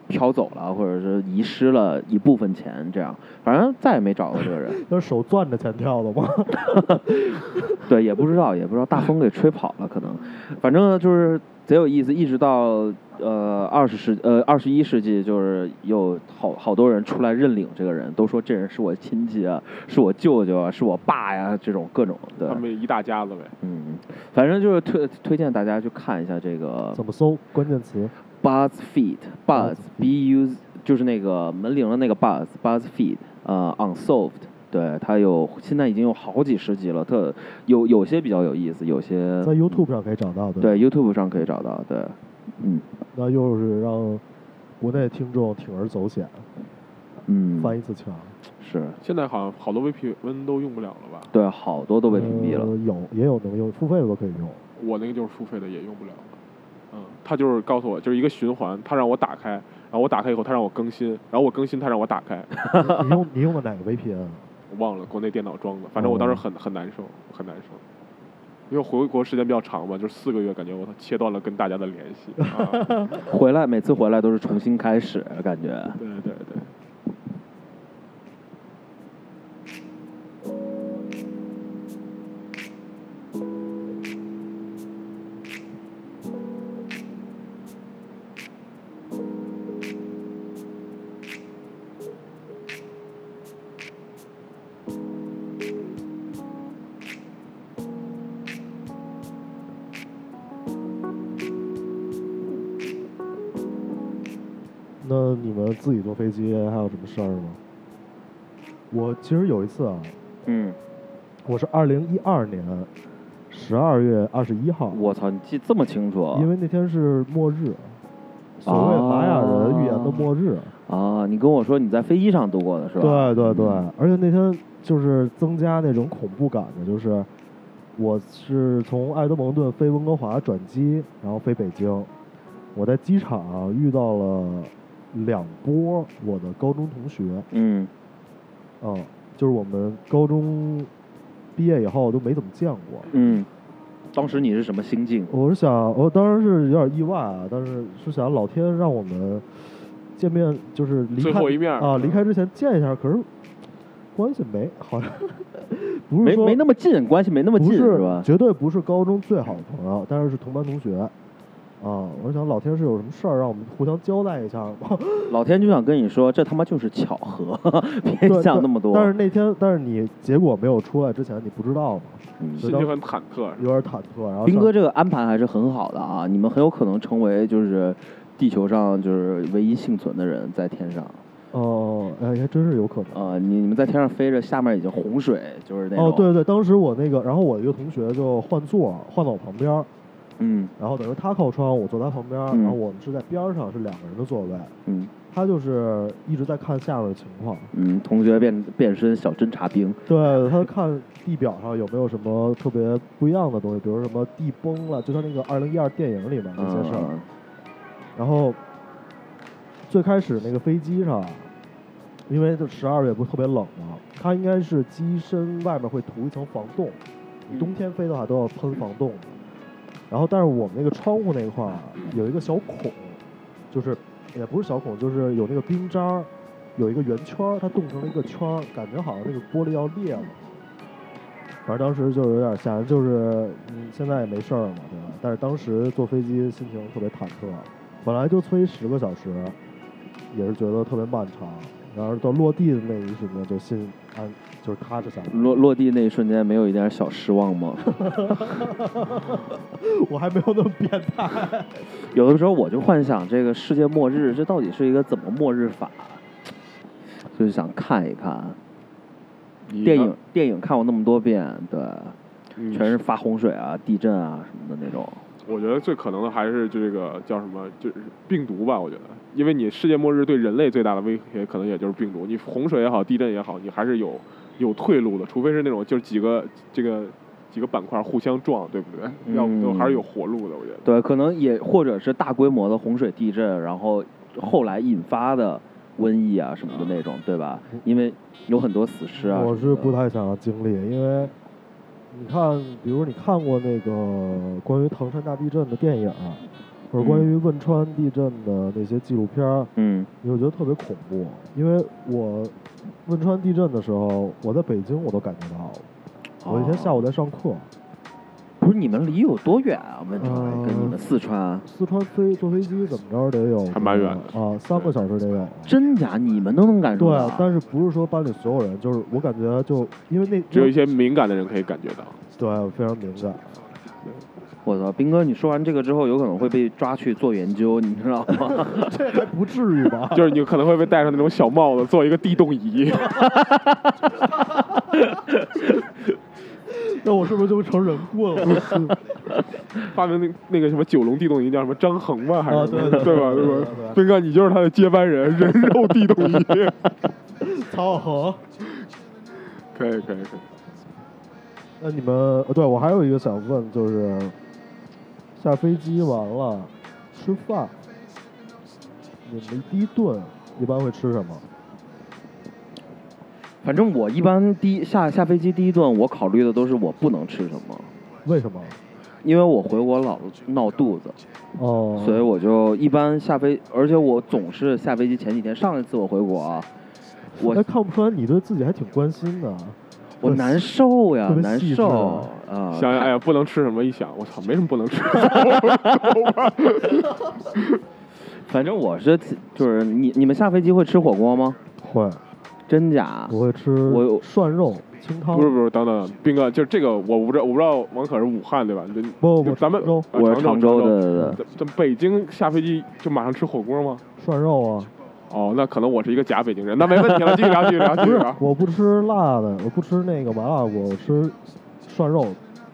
S1: 飘走了，或者是遗失了一部分钱，这样，反正再也没找过这个人。
S2: 那是手攥着钱跳的吗？ (laughs)
S1: 对，也不知道，也不知道大风给吹跑了，可能，反正就是贼有意思。一直到呃二十世呃二十一世纪，就是有好好多人出来认领这个人，都说这人是我亲戚啊，是我舅舅啊，是我爸呀、这种各种对
S3: 他，们一大家子呗。
S1: 嗯，反正就是推推荐大家去看一下这个
S2: 怎么搜关键词？
S1: BuzzFeed Buzz B U 就是那个门铃的那个 Buzz BuzzFeed 呃 Unsolved，对它有现在已经有好几十集了，特有有些比较有意思，有些
S2: 在 YouTube 上可以找到的。，
S1: 呃对 YouTube 上可以找到，对，嗯
S2: 那又是让国内听众铤而走险，翻
S1: 嗯
S2: 一次墙。
S1: 是，
S3: 现在好像好多 VPN 都用不了了吧？
S1: 对，好多都被屏蔽了
S2: 呃，有也有能用，付费的都可以
S1: (laughs)
S2: 用。
S3: 我那个就是付费的，也用不了了。嗯，他就是告诉我，就是一个循环，他让我打开，然后我打开以后，他让我更新，然后我更新，他让我打开，
S2: 你用你用的哪个 VPN？
S3: 我忘了国内电脑装的，反正我
S1: 哦
S3: 当时很很难受，很难受，因为回国时间比较长嘛，就是四个月，感觉我切断了跟大家的联系。
S1: (laughs)
S3: 啊、
S1: 回来每次回来都是重新开始，感觉
S3: 对对对，
S1: (laughs)
S2: 那你们自己坐飞机还有什么事儿吗？我其实有一次啊，
S1: 嗯，
S2: 我是二零一二年十二月二十一号，
S1: 我操，你记这么清楚
S2: 因为那天是末日，所
S1: 哦
S2: 谓玛雅人预言的末日。
S1: 啊？你跟我说你在飞机上度过的是吧？
S2: 对对对
S1: 嗯，
S2: 而且那天就是增加那种恐怖感的，就是我是从爱德蒙顿飞温哥华转机，然后飞北京，我在机场啊遇到了两波我的高中同学，
S1: 嗯
S2: 嗯，就是我们高中毕业以后都没怎么见过。
S1: 嗯，当时你是什么心境？
S2: 我是想，我当然是有点意外啊，但是是想老天让我们见面，就是离
S3: 最
S2: 开
S3: 后一面儿嗯
S2: 啊，离开之前见一下，可是关系没好像不是
S1: 没
S2: 说
S1: 没那么近，关系没那么近
S2: 不是
S1: 吧？
S2: 绝对不是高中最好的朋友，但是是同班同学。啊，我想老天是有什么事儿让我们互相交代一下吗？
S1: 老天就想跟你说，这他妈就是巧合， (laughs) 别 (laughs)
S2: 对
S1: 想那么多。
S2: 但是那天，但是你结果没有出来之前，你不知道嘛，
S1: 嗯
S3: 心情很忐忑。
S2: 有点忐忑。然后
S1: 斌
S2: 上
S1: 哥这个安排还是很好的啊，你们很有可能成为就是地球上就是唯一幸存的人在天上
S2: 哦，哎，还真是有可能。
S1: 啊、你你们在天上飞着，下面已经洪水，就是那种
S2: 哦，对，对，当时我那个，然后我一个同学就换座，换到我旁边儿，
S1: 嗯
S2: 然后等于他靠窗，我坐他旁边儿，
S1: 嗯
S2: 然后我们是在边儿上，是两个人的座位。
S1: 嗯
S2: 他就是一直在看下面的情况，
S1: 嗯，同学变变身小侦察兵，
S2: 对他看地表上有没有什么特别不一样的东西，比如什么地崩了，就像那个二零一二电影里面那些事儿。
S1: 嗯
S2: 然后最开始那个飞机上，因为就十二月不是特别冷嘛，它应该是机身外面会涂一层防冻，你冬天飞的话都要喷防冻的。然后但是我们那个窗户那块儿有一个小孔，就是也不是小孔，就是有那个冰渣儿，有一个圆圈儿，它冻成了一个圈儿，感觉好像那个玻璃要裂了。反正当时就有点吓人，就是嗯，现在也没事儿了嘛，对吧？但是当时坐飞机心情特别忐忑，本来就飞十个小时，也是觉得特别漫长，然后到落地的那一瞬间就心安，就是踏实下
S1: (laughs)
S2: 来。
S1: 落落地那一瞬间，没有一点小失望
S2: (laughs)
S1: 吗？
S2: 我还没有那么变态。
S1: 有的时候我就幻想这个世界末日，这到底是一个怎么末日法？就是想看一看
S3: 你呢
S1: 电影，电影看过那么多遍，对，
S3: 嗯
S1: 全是发洪水啊、地震啊什么的那种。
S3: 我觉得最可能的还是这个叫什么，就是病毒吧。我觉得，因为你世界末日对人类最大的威胁，可能也就是病毒。你洪水也好，地震也好，你还是有有退路的，除非是那种就是几个这个几个板块互相撞，对不对？
S1: 嗯
S3: 要不都还是有活路的。我觉得，
S1: 对，可能也或者是大规模的洪水、地震，然后后来引发的瘟疫啊什么的那种，对吧？因为有很多死尸啊什么的。
S2: 我是不太想要经历，因为你看，比如你看过那个关于唐山大地震的电影，啊或者关于汶川地震的那些纪录片儿，
S1: 嗯
S2: 你会觉得特别恐怖。因为我汶川地震的时候，我在北京我都感觉到了。我一天下午在上课，
S1: 不是你们离有多远啊？汶川、
S2: 呃
S1: 跟你们四川，啊
S2: 四川飞坐飞机怎么着得有
S3: 还蛮远的
S2: 啊，三个小时得有。
S1: 真假你们都能感受
S2: 对
S1: 到？
S2: 啊，但是不是说班里所有人，就是我感觉就因为那
S3: 只有一些敏感的人可以感觉到。 (laughs)
S2: 对我非常敏感，
S1: 我操，斌哥，你说完这个之后有可能会被抓去做研究，你知道吗？ (laughs)
S2: 这还不至于吧？
S3: 就是你可能会被戴上那种小帽子，做一个地动 (laughs) 仪。
S2: 那我是不是就成人棍 (laughs) 了？
S3: 发明那那个什么九龙地动仪叫什么张衡吧，还是
S2: 啊
S3: 什
S2: 对
S3: 么
S2: 对
S3: 哦对
S2: 对
S3: 吧？
S2: 对对对
S3: 吧？
S2: 对
S3: 斌哥，你就是他的接班人，人肉地动仪。
S2: 曹小恒，
S3: (laughs) 可以可以可以，
S2: 那你们呃对我还有一个想问，就是下飞机完了吃饭，你们第一顿一般会吃什么？
S1: 反正我一般第一下下飞机第一顿，我考虑的都是我不能吃什么，
S2: 为什么？
S1: 因为我回国老闹肚子，
S2: 哦，
S1: 所以我就一般下飞，而且我总是下飞机前几天。上一次我回国啊，我
S2: 哎，看不出来你对自己还挺关心的。
S1: 我难受呀
S2: 特，别
S1: 难
S2: 细致
S1: 受啊！
S3: 想想哎呀，不能吃什么，一想我操，没什么不能吃。
S1: 反正我是就是你你们下飞机会吃火锅吗？
S2: 会，
S1: 真假？
S2: 我会吃
S1: 我有
S2: 涮肉清汤。
S3: 不是不是，等等，斌哥，就是这个我不知道，我不知道王可是武汉对吧？你
S2: 不不
S3: 就咱们
S2: 常州
S3: 啊
S1: 我是
S3: 常
S1: 常
S3: 州
S1: 州的，对对对
S3: 咱咱北京下飞机就马上吃火锅吗？
S2: 涮肉啊，
S3: 哦，那可能我是一个假北京人，那没问题了，继续聊，继续聊，继续聊。
S2: 我不吃辣的，我不吃那个麻辣锅，我吃涮肉。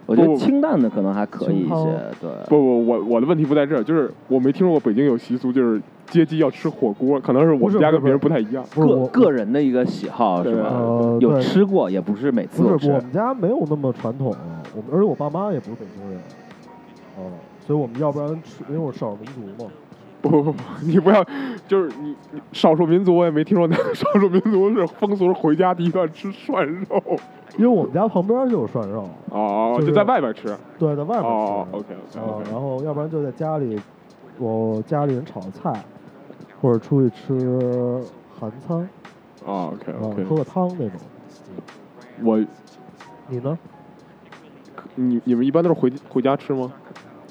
S1: 我觉得
S3: 不不
S1: 清淡的可能还可以一
S2: 清汤
S1: 些，对。
S3: 不不，我我的问题不在这儿，就是我没听说过北京有习俗，就是接机要吃火锅，可能是我
S2: 不
S3: 们
S2: 是
S3: 家
S2: 不
S3: 跟
S2: 是
S3: 别人不太一样。
S2: 不是
S1: 个
S2: 我
S1: 个人的一个喜好是
S3: 对
S1: 吧？
S2: 呃
S1: 有
S2: 对
S1: 吃过，也不是每次都
S2: 不是
S1: 吃
S2: 我。们家没有那么传统，啊我们而且我爸妈也不是北京人，哦、所以我们要不然吃，因为我是少数民族嘛，
S3: 不不不，你不要，就是你你少数民族，我也没听说那少数民族是风俗是回家第一顿吃涮肉。
S2: 因为我们家旁边就有涮肉，
S3: 哦，
S2: 就是
S3: 就在外边吃。
S2: 对，在外面吃，
S3: 哦，OK OK
S2: 啊
S3: OK，
S2: 然后要不然就在家里，我家里人炒菜，或者出去吃韩餐，
S3: 哦 OK
S2: 啊、喝
S3: OK，
S2: 个汤那种。
S3: 我
S2: 你呢？
S3: 你你们一般都是回回家吃吗？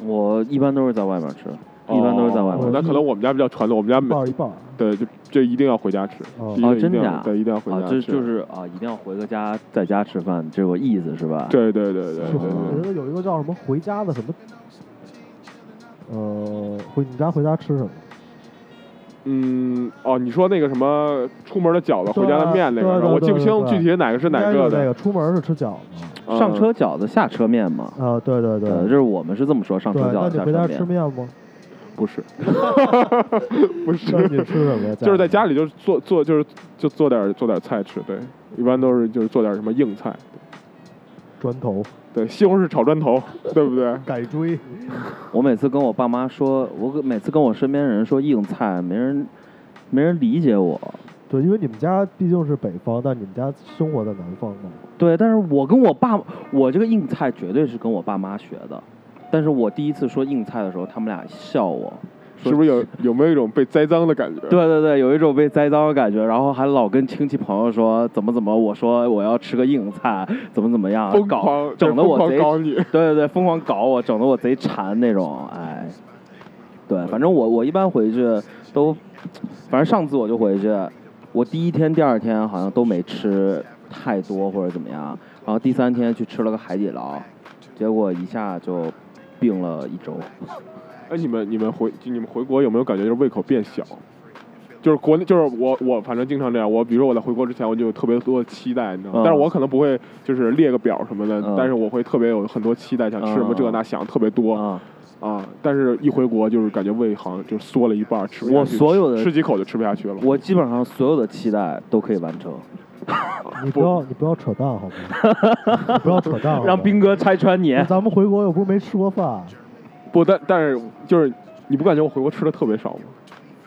S1: 我一般都是在外面吃，一般都是在外
S3: 哦
S1: 面
S3: 那可能我们家比较传统，我们家
S2: 一
S3: 没
S2: 半儿一半儿。
S3: 对，就这一定要回家吃。
S2: 哦
S3: 第一个
S1: 哦
S3: 一定
S1: 真
S3: 要
S1: 假
S3: 对，一定要
S1: 吃
S3: 回
S1: 啊
S3: 家，
S1: 这
S3: 吃。
S1: 就是啊，一定要回个家，在家吃饭，这个意思是吧？
S3: 对对对对对
S2: 是我
S3: 对
S2: 觉得有一个叫什么回家的什么，呃，回你家回家吃什么？
S3: 嗯，哦，你说那个什么出门的饺子，
S2: 对啊
S3: 回家的面那
S2: 对
S3: 个，
S2: 对
S3: 我记不
S2: 对
S3: 清
S2: 对
S3: 具体哪个是哪
S2: 应该
S3: 个
S2: 就是那
S3: 的。
S2: 个出门是吃饺子。
S3: 嗯
S1: 上车饺子，下车面嘛。
S2: 啊，对对对，
S1: 呃，就是我们是这么说，上
S2: 对
S1: 车，
S2: 那
S1: 饺子，
S2: 你
S1: 下
S2: 回家
S1: 车
S2: 吃
S1: 面。
S2: 面吗？
S3: 不是， (laughs) 不
S2: 那你
S3: 是，
S2: 吃什
S3: (laughs)
S2: 么呀？
S3: 就是在家
S2: 里。
S3: 里就是做做就是就做点做点菜吃，对，一般都是就是做点什么硬菜，
S2: 砖头、
S3: 对，西红柿炒砖头，对不对？ (laughs)
S2: 改锥，
S1: 我每次跟我爸妈说，我跟每次跟我身边人说硬菜，没人没人理解我。
S2: 对，因为你们家毕竟是北方，但你们家生活在南方嘛。
S3: (laughs)
S1: 对，但是我跟我爸，我这个硬菜绝对是跟我爸妈学的，但是我第一次说硬菜的时候，他们俩笑我，说
S3: 是不是有有没有一种被栽赃的感觉？
S1: 对对对，有一种被栽赃的感觉，然后还老跟亲戚朋友说怎么怎么，我说我要吃个硬菜，怎么怎么样，
S3: 疯
S1: 搞
S3: 狂
S1: 整得我
S3: 疯
S1: 贼，
S3: 狂搞你，
S1: 对对对，疯狂搞我，整得我贼馋那种，哎，对，反正我我一般回去都，反正上次我就回去，我第一天、第二天好像都没吃太多或者怎么样，然后第三天去吃了个海底捞，结果一下就病了一周。
S3: (laughs) 哎，你们你们回你们回国有没有感觉就是胃口变小？就是国内，就是我我反正经常这样。我比如说我在回国之前，我就有特别多的期待，你知道吗？
S1: 嗯
S3: 但是我可能不会就是列个表什么的，
S1: 嗯
S3: 但是我会特别有很多期待，想吃什么
S1: 嗯
S3: 这那，想特别多啊
S1: 啊，
S3: 但是一回国就是感觉胃好像就缩了一半，吃不下去
S1: 我所有的
S3: 吃几口就吃不下去了。
S1: 我基本上所有的期待都可以完成。
S2: 你不要你不要扯淡好吗？你不要扯淡好吗。 (laughs)
S1: 让兵哥拆穿你。
S2: 咱们回国又不是没吃过饭，
S3: 不，但但是就是你不感觉我回国吃的特别少吗？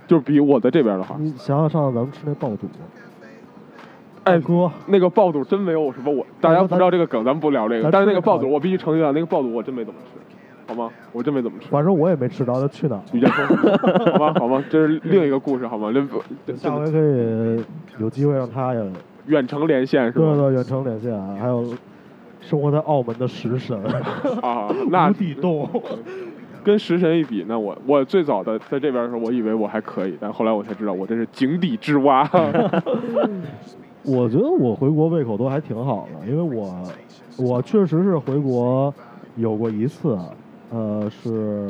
S3: 就是比我在这边的话，
S2: 你想想上次咱们吃那爆肚，
S3: 哎
S2: 大哥，
S3: 那个爆肚真没有什么我，大家不知道这个梗，咱们不聊这个。
S2: 咱
S3: 但是那个
S2: 吃
S3: 爆肚，我必须承认啊，那个爆肚我真没怎么吃。好吗？我真没怎么
S2: (laughs)
S3: 吃。
S2: 反正我也没吃着它去哪儿
S3: 于建峰，好吗？好吗？这是另一个故事，好吗？这不这
S2: 了，下
S3: 这
S2: 回可以有机会让他也
S3: 远程连线是
S2: 对
S3: 吧？
S2: 对远程连线啊，还有生活在澳门的食神，
S3: 啊，那
S2: 无底洞，
S3: 跟食神一比，那我我最早的在这边的时候，我以为我还可以，但后来我才知道，我真是井底之蛙。
S2: 我觉得我回国胃口都还挺好的，因为我我确实是回国有过一次，呃，是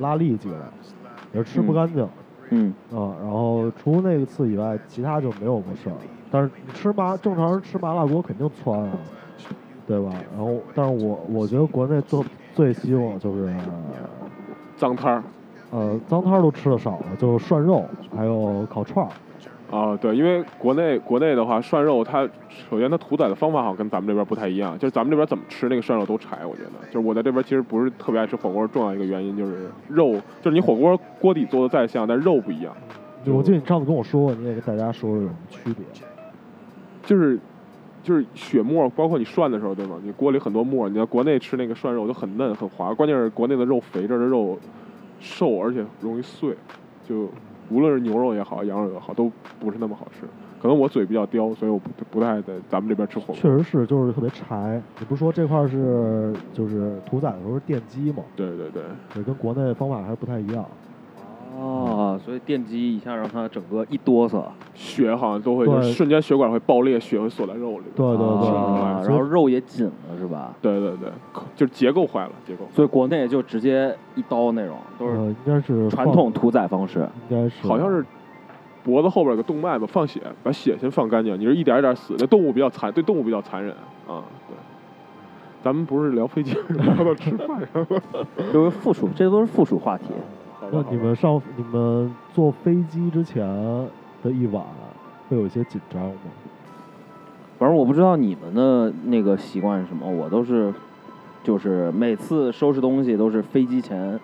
S2: 拉痢疾了，也是吃不
S1: 嗯
S2: 干净啊、
S1: 嗯，
S2: 然后除那一次以外，其他就没有过事儿。但是你吃麻，正常人吃麻辣锅肯定窜啊，对吧？然后，但是我我觉得国内最最希望就是
S3: 脏摊儿
S2: 呃，脏摊儿都吃的少了，就是涮肉，还有烤串儿。
S3: 啊，对，因为国内国内的话，涮肉它首先它屠宰的方法好像跟咱们这边不太一样，就是咱们这边怎么吃那个涮肉都柴，我觉得，就是我在这边其实不是特别爱吃火锅，重要一个原因就是肉，就是你火锅锅底做的再像，但肉不一样，
S2: 我记得你上次跟我说过，你也跟大家说说有什么区别。
S3: 就是就是血沫，包括你涮的时候，对吗？你锅里很多沫，你在国内吃那个涮肉都很嫩很滑，关键是国内的肉肥，这儿的肉瘦而且容易碎，就无论是牛肉也好，羊肉也好，都不是那么好吃。可能我嘴比较刁，所以我不不太在咱们这边吃火
S2: 确
S3: 锅。
S2: 实是，就是特别柴。你不是说这块儿是就是屠宰的时候是电击嘛？
S3: 对对对，
S2: 对，跟国内方法还是不太一样。
S1: 哦，所以电击一下让它整个一哆嗦，
S3: 血好像都会
S2: 对
S3: 就是瞬间血管会爆裂，血会锁在肉里。
S2: 对对对，
S1: 啊
S2: 所
S1: 然
S2: 以
S1: 后肉也紧了是吧？
S3: 对对对，就是结构坏了，结构。
S1: 所以国内就直接一刀那种，都
S2: 呃
S1: 是
S2: 应该是
S1: 传
S2: 放
S1: 统，屠宰方式。
S2: 应该是
S3: 好像是脖子后边有个动脉吧，放血，把血先放干净。你是一点一点死，那动物比较残，对动物比较残忍啊。对，咱们不是聊飞机， (laughs) 聊到吃饭上了。
S1: (laughs) 都是附属，这都是附属话题。
S3: 好吧，
S2: 那你们上你们坐飞机之前的一晚会有一些紧张吗？
S1: 反正我不知道你们的那个习惯是什么，我都是，就是每次收拾东西都是飞机前，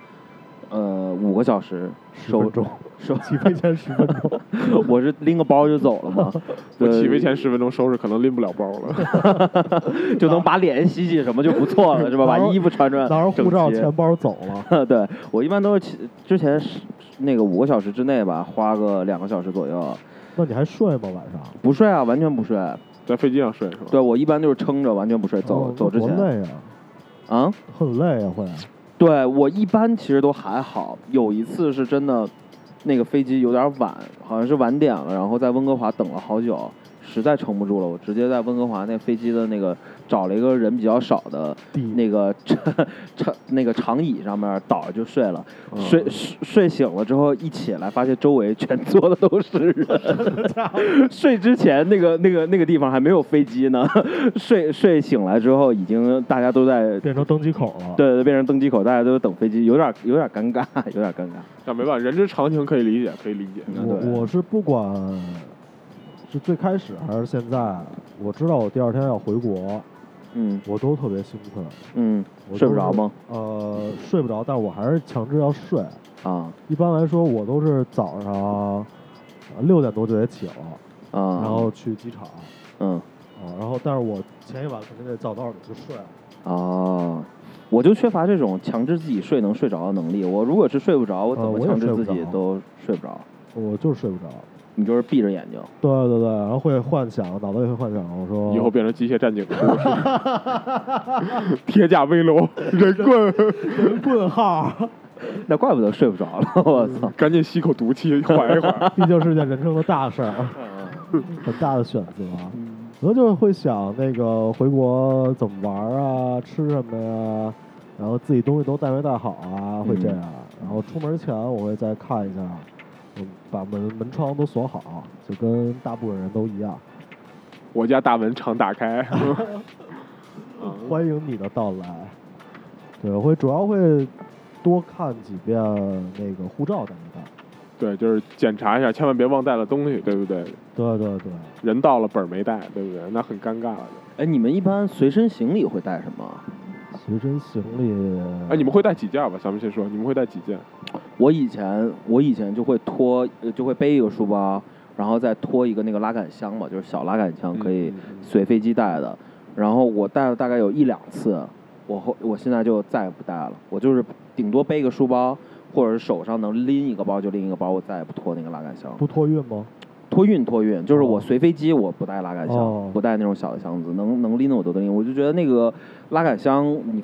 S1: 呃，五个小时
S2: 十
S1: 收
S2: 分钟，
S1: 收， (laughs)
S2: 起飞前十分钟。
S1: 我是拎个包就走了
S2: (laughs)
S1: 嘛
S3: 我
S1: 对
S3: 起飞前十分钟收拾，可能拎不了包了。 (laughs)
S1: (laughs) 就能把脸洗洗什么就不错了，是
S2: (laughs)
S1: 吧？把
S2: 拿着
S1: 衣服穿穿，
S2: 拿着护照、
S1: 整齐
S2: 钱包走
S1: (laughs)
S2: 了。
S1: 对我一般都是起之前是那个五个小时之内吧，花个两个小时左右，
S2: 那你还睡吗？晚上？
S1: 不睡啊，完全不睡。
S3: 在飞机上睡是吧？
S1: 对我一般就是撑着，完全不睡，走、
S2: 哦
S1: 走之
S2: 多
S1: 前
S2: 累啊，
S1: 啊、
S2: 很累啊，会。
S1: 对我一般其实都还好，有一次是真的，那个飞机有点晚，好像是晚点了，然后在温哥华等了好久，实在撑不住了，我直接在温哥华那飞机的那个找了一个人比较少的
S2: 地
S1: 那个 (laughs) 长那个长椅上面倒着就睡了，
S2: 嗯
S1: 睡睡睡醒了之后一起来，发现周围全坐的都是
S2: (laughs)
S1: 人。睡之前那个那个那个地方还没有飞机呢， (laughs) 睡睡醒来之后已经大家都在
S2: 变成登机口了。，
S1: 对对，变成登机口，大家都等飞机，有点有点尴尬， (laughs) 有点尴尬。
S3: 但没办法，人之常情可以理解，可以理解。
S1: 嗯
S2: 我
S1: 对
S2: 我是不管是最开始还是现在，我知道我第二天要回国，
S1: 嗯
S2: 我都特别兴奋。
S1: 嗯，
S2: 我
S1: 睡
S2: 都
S1: 不着
S2: 是
S1: 吗？
S2: 呃，睡不着，但我还是强制要睡。
S1: 啊
S2: 一般来说，我都是早上呃六点多就得起了，
S1: 啊，
S2: 然后去机场啊、
S1: 嗯
S2: 然后但是我前一晚肯定得早道里去睡了。
S1: 哦，我就缺乏这种强制自己睡能睡着的能力。我如果是睡不着，我怎
S2: 啊
S1: 么
S2: 我也
S1: 强制
S2: 睡不
S1: 自己
S2: 着
S1: 都睡不着？
S2: 我就是睡不着，
S1: 你就是闭着眼睛。
S2: 对对对，然后会幻想，脑袋里会幻想，我说
S3: 以后变成机械战警，
S2: (laughs)
S3: (laughs) 铁甲威龙，人棍，
S2: 人棍号，
S1: 那怪不得睡不着了，我操！
S3: 赶紧吸口毒气，缓一缓。
S2: 毕竟是件人生的大事儿， (laughs) 很大的选择。可能就是会想那个回国怎么玩儿啊，吃什么呀，然后自己东西都带没带好啊，会这样。然后出门前我会再看一下，嗯把门门窗都锁好，就跟大部分人都一样。
S3: 我家大门常打开。 (laughs)
S2: 欢迎你的到来。对，我会主要会多看几遍那个护照带没带。
S3: 对，就是检查一下，千万别忘带了东西，对不对？
S2: 对对对，
S3: 人到了本儿没带，对不对？那很尴尬了。
S1: 哎，你们一般随身行李会带什么？
S2: 随身行李。
S3: 哎，你们会带几件吧？咱们先说，你们会带几件？
S1: 我以前我以前就会拖，呃就会背一个书包，然后再拖一个那个拉杆箱嘛，就是小拉杆箱，可以
S3: 嗯嗯嗯
S1: 随飞机带的。然后我带了大概有一两次，我后我现在就再也不带了，我就是顶多背个书包，或者是手上能拎一个包就拎一个包，我再也不拖那个拉杆箱。
S2: 不托运吗？
S1: 托运托运，就是我
S2: 哦
S1: 随飞机我不带拉杆箱，
S2: 哦
S1: 不带那种小的箱子，能能拎的我都拎。我就觉得那个拉杆箱你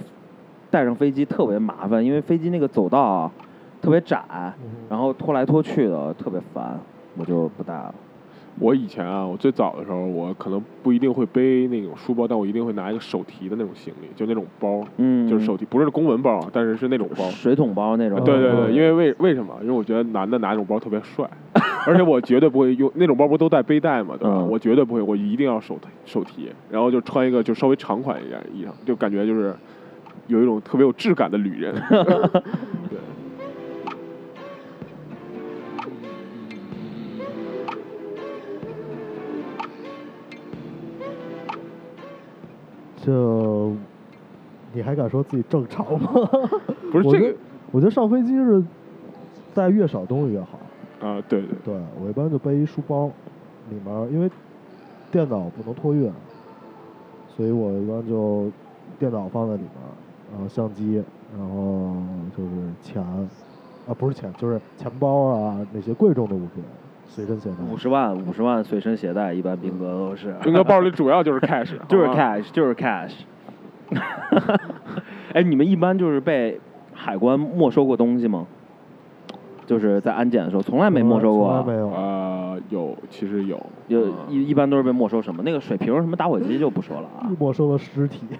S1: 带上飞机特别麻烦，因为飞机那个走道啊特别窄，
S2: 嗯
S1: 然后拖来拖去的特别烦，我就不带了。
S3: 我以前啊，我最早的时候，我可能不一定会背那种书包，但我一定会拿一个手提的那种行李，就那种包，
S1: 嗯，
S3: 就是手提，不是公文包啊，但是是那种包。
S1: 水桶包那种。
S3: 啊对对
S2: 哦
S1: 嗯
S3: 对，因为为为什么？因为我觉得男的拿那种包特别帅，而且我绝对不会用那种包，不都带背带嘛，对吧？
S1: 嗯
S3: 我绝对不会，我一定要手提手提，然后就穿一个就稍微长款一点的衣裳，就感觉就是有一种特别有质感的旅人。
S2: 这你还敢说自己正常吗？
S3: (laughs) 不是
S2: 我
S3: 这
S2: 觉
S3: 个
S2: 得，我觉得上飞机是带越少东西越好。
S3: 啊、对对，
S2: 对我一般就背一书包，里面儿因为电脑不能托运，所以我一般就电脑放在里面儿，然后相机，然后就是钱，啊不是钱，就是钱包啊那些贵重的物品随身携带。
S1: 五十万五十万随身携带，一般兵哥都是。 (laughs)
S3: 兵哥包里主要就是 cash，
S1: 就是
S3: 好吗
S1: cash，就是 cash。哎，你们一般就是被海关没收过东西吗？就是在安检的时候，从来没没收过
S2: 从来
S1: 啊。
S2: 没有。
S3: 呃，有，其实有，
S1: 有
S3: 啊
S1: 一一般都是被没收什么？那个水瓶儿什么打火机就不说了啊，
S3: 嗯
S2: 没收了尸体，
S1: (laughs)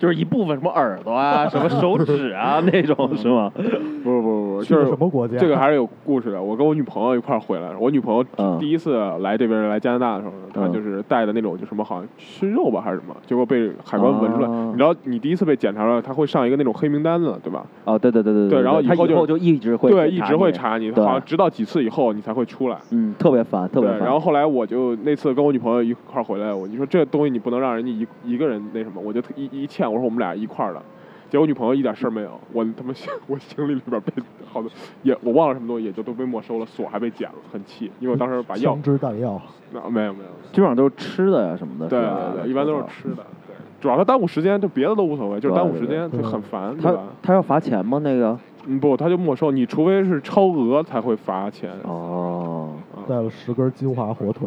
S1: 就是一部分什么耳朵啊、什么手指
S3: (laughs)
S1: 啊那种是吗？
S3: 不不不不，
S2: 去
S3: 就
S2: 了 (laughs)
S3: 是
S2: 什么国家
S3: 这个还是有故事的。我跟我女朋友一块儿回来，我女朋
S1: 嗯
S3: 友第一次来这边来加拿大的时候，她
S1: 嗯
S3: 就是带的那种就什么好像吃肉吧还是什么，结果被海关闻出来。
S1: 啊
S3: 你知道你第一次被检查了，他会上一个那种黑名单子，对吧？
S1: 哦，对对对对
S3: 对然后以
S1: 他
S3: 后
S1: 以
S3: 就
S1: 后就一直会
S3: 对，
S1: 检
S3: 一直会
S1: 你
S3: 查你，
S1: 对
S3: 好像直到几次以后你才会出来。
S1: 嗯，特别烦，特
S3: 对
S1: 别，烦。
S3: 然后后来我就那次跟我女朋友一块儿回来，我就说这东西你不能让人家一一个人那什么，我就一一欠，我说我们俩一块儿的，结果女朋友一点事儿没有，我他妈行， (laughs) 我行李里边被好多也我忘了什么东西，也就都被没收了，锁还被剪了，很气，因为我当时把
S2: (laughs)
S3: 钥
S2: 枪支弹药，
S3: 那没有没有，
S1: 基本上都是吃的呀什么的，
S3: 对
S1: 是吧啊
S3: 对对，一般都是吃的，对，主要他耽误时间，就别的都无所谓，就是
S1: 对
S3: 耽误
S1: 对嗯
S3: 时间
S2: 对
S3: 就很烦，对
S1: 他
S3: 吧？
S1: 他要罚钱吗？那个
S3: 嗯，不，他就没收，你除非是超额才会罚钱，
S1: 哦，
S2: 带了十根金华火腿，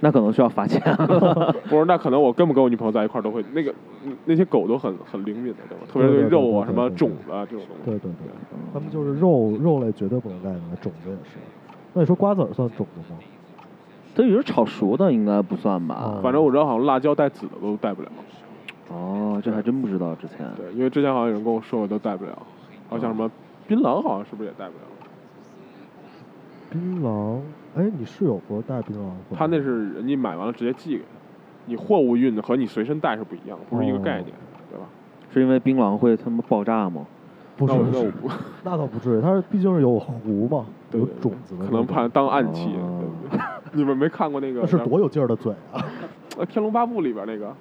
S1: 那可能需要罚钱了。
S3: 不是，那可能我跟不跟我女朋友在一块儿都会，那个嗯那些狗都很很灵敏的，对吧？特别
S2: 对对对
S3: 肉
S2: 对
S3: 啊、什
S2: 对
S3: 么
S2: 对
S3: 种子啊这种东
S2: 对
S3: 西。
S2: 对对，他们就是肉肉类绝对不能带进来，种子也是。那你说瓜子儿算种子吗？
S1: 这有时候炒熟的应该不算吧
S2: 哦？
S3: 反正我知道好像辣椒带籽的都带不了，
S1: 哦，这还真不知道之前。
S3: 对，因为之前好像有人跟我说过都带不了，然后像
S2: 嗯
S3: 什么槟榔好像是不是也带不了？
S2: 槟榔，哎，你是有过带槟榔回来吗？
S3: 他那是人家买完了直接寄给他，你货物运的和你随身带是不一样的，不是一个概念，
S2: 哦
S3: 对吧？
S1: 是因为槟榔会他妈爆炸吗？
S2: 不
S3: 那
S2: 是
S3: 我
S2: 不
S3: 那我
S2: 是，
S3: 不
S2: 那倒不至于，它是毕竟是有核嘛，
S3: 对
S2: 有
S3: 对对
S2: 种子的那种，
S3: 可能怕当暗器，啊
S1: 哦
S3: 对不对？ (laughs) 你们没看过那个
S2: 那是多有劲儿的嘴啊！
S3: 呃《天龙八部》里边那个？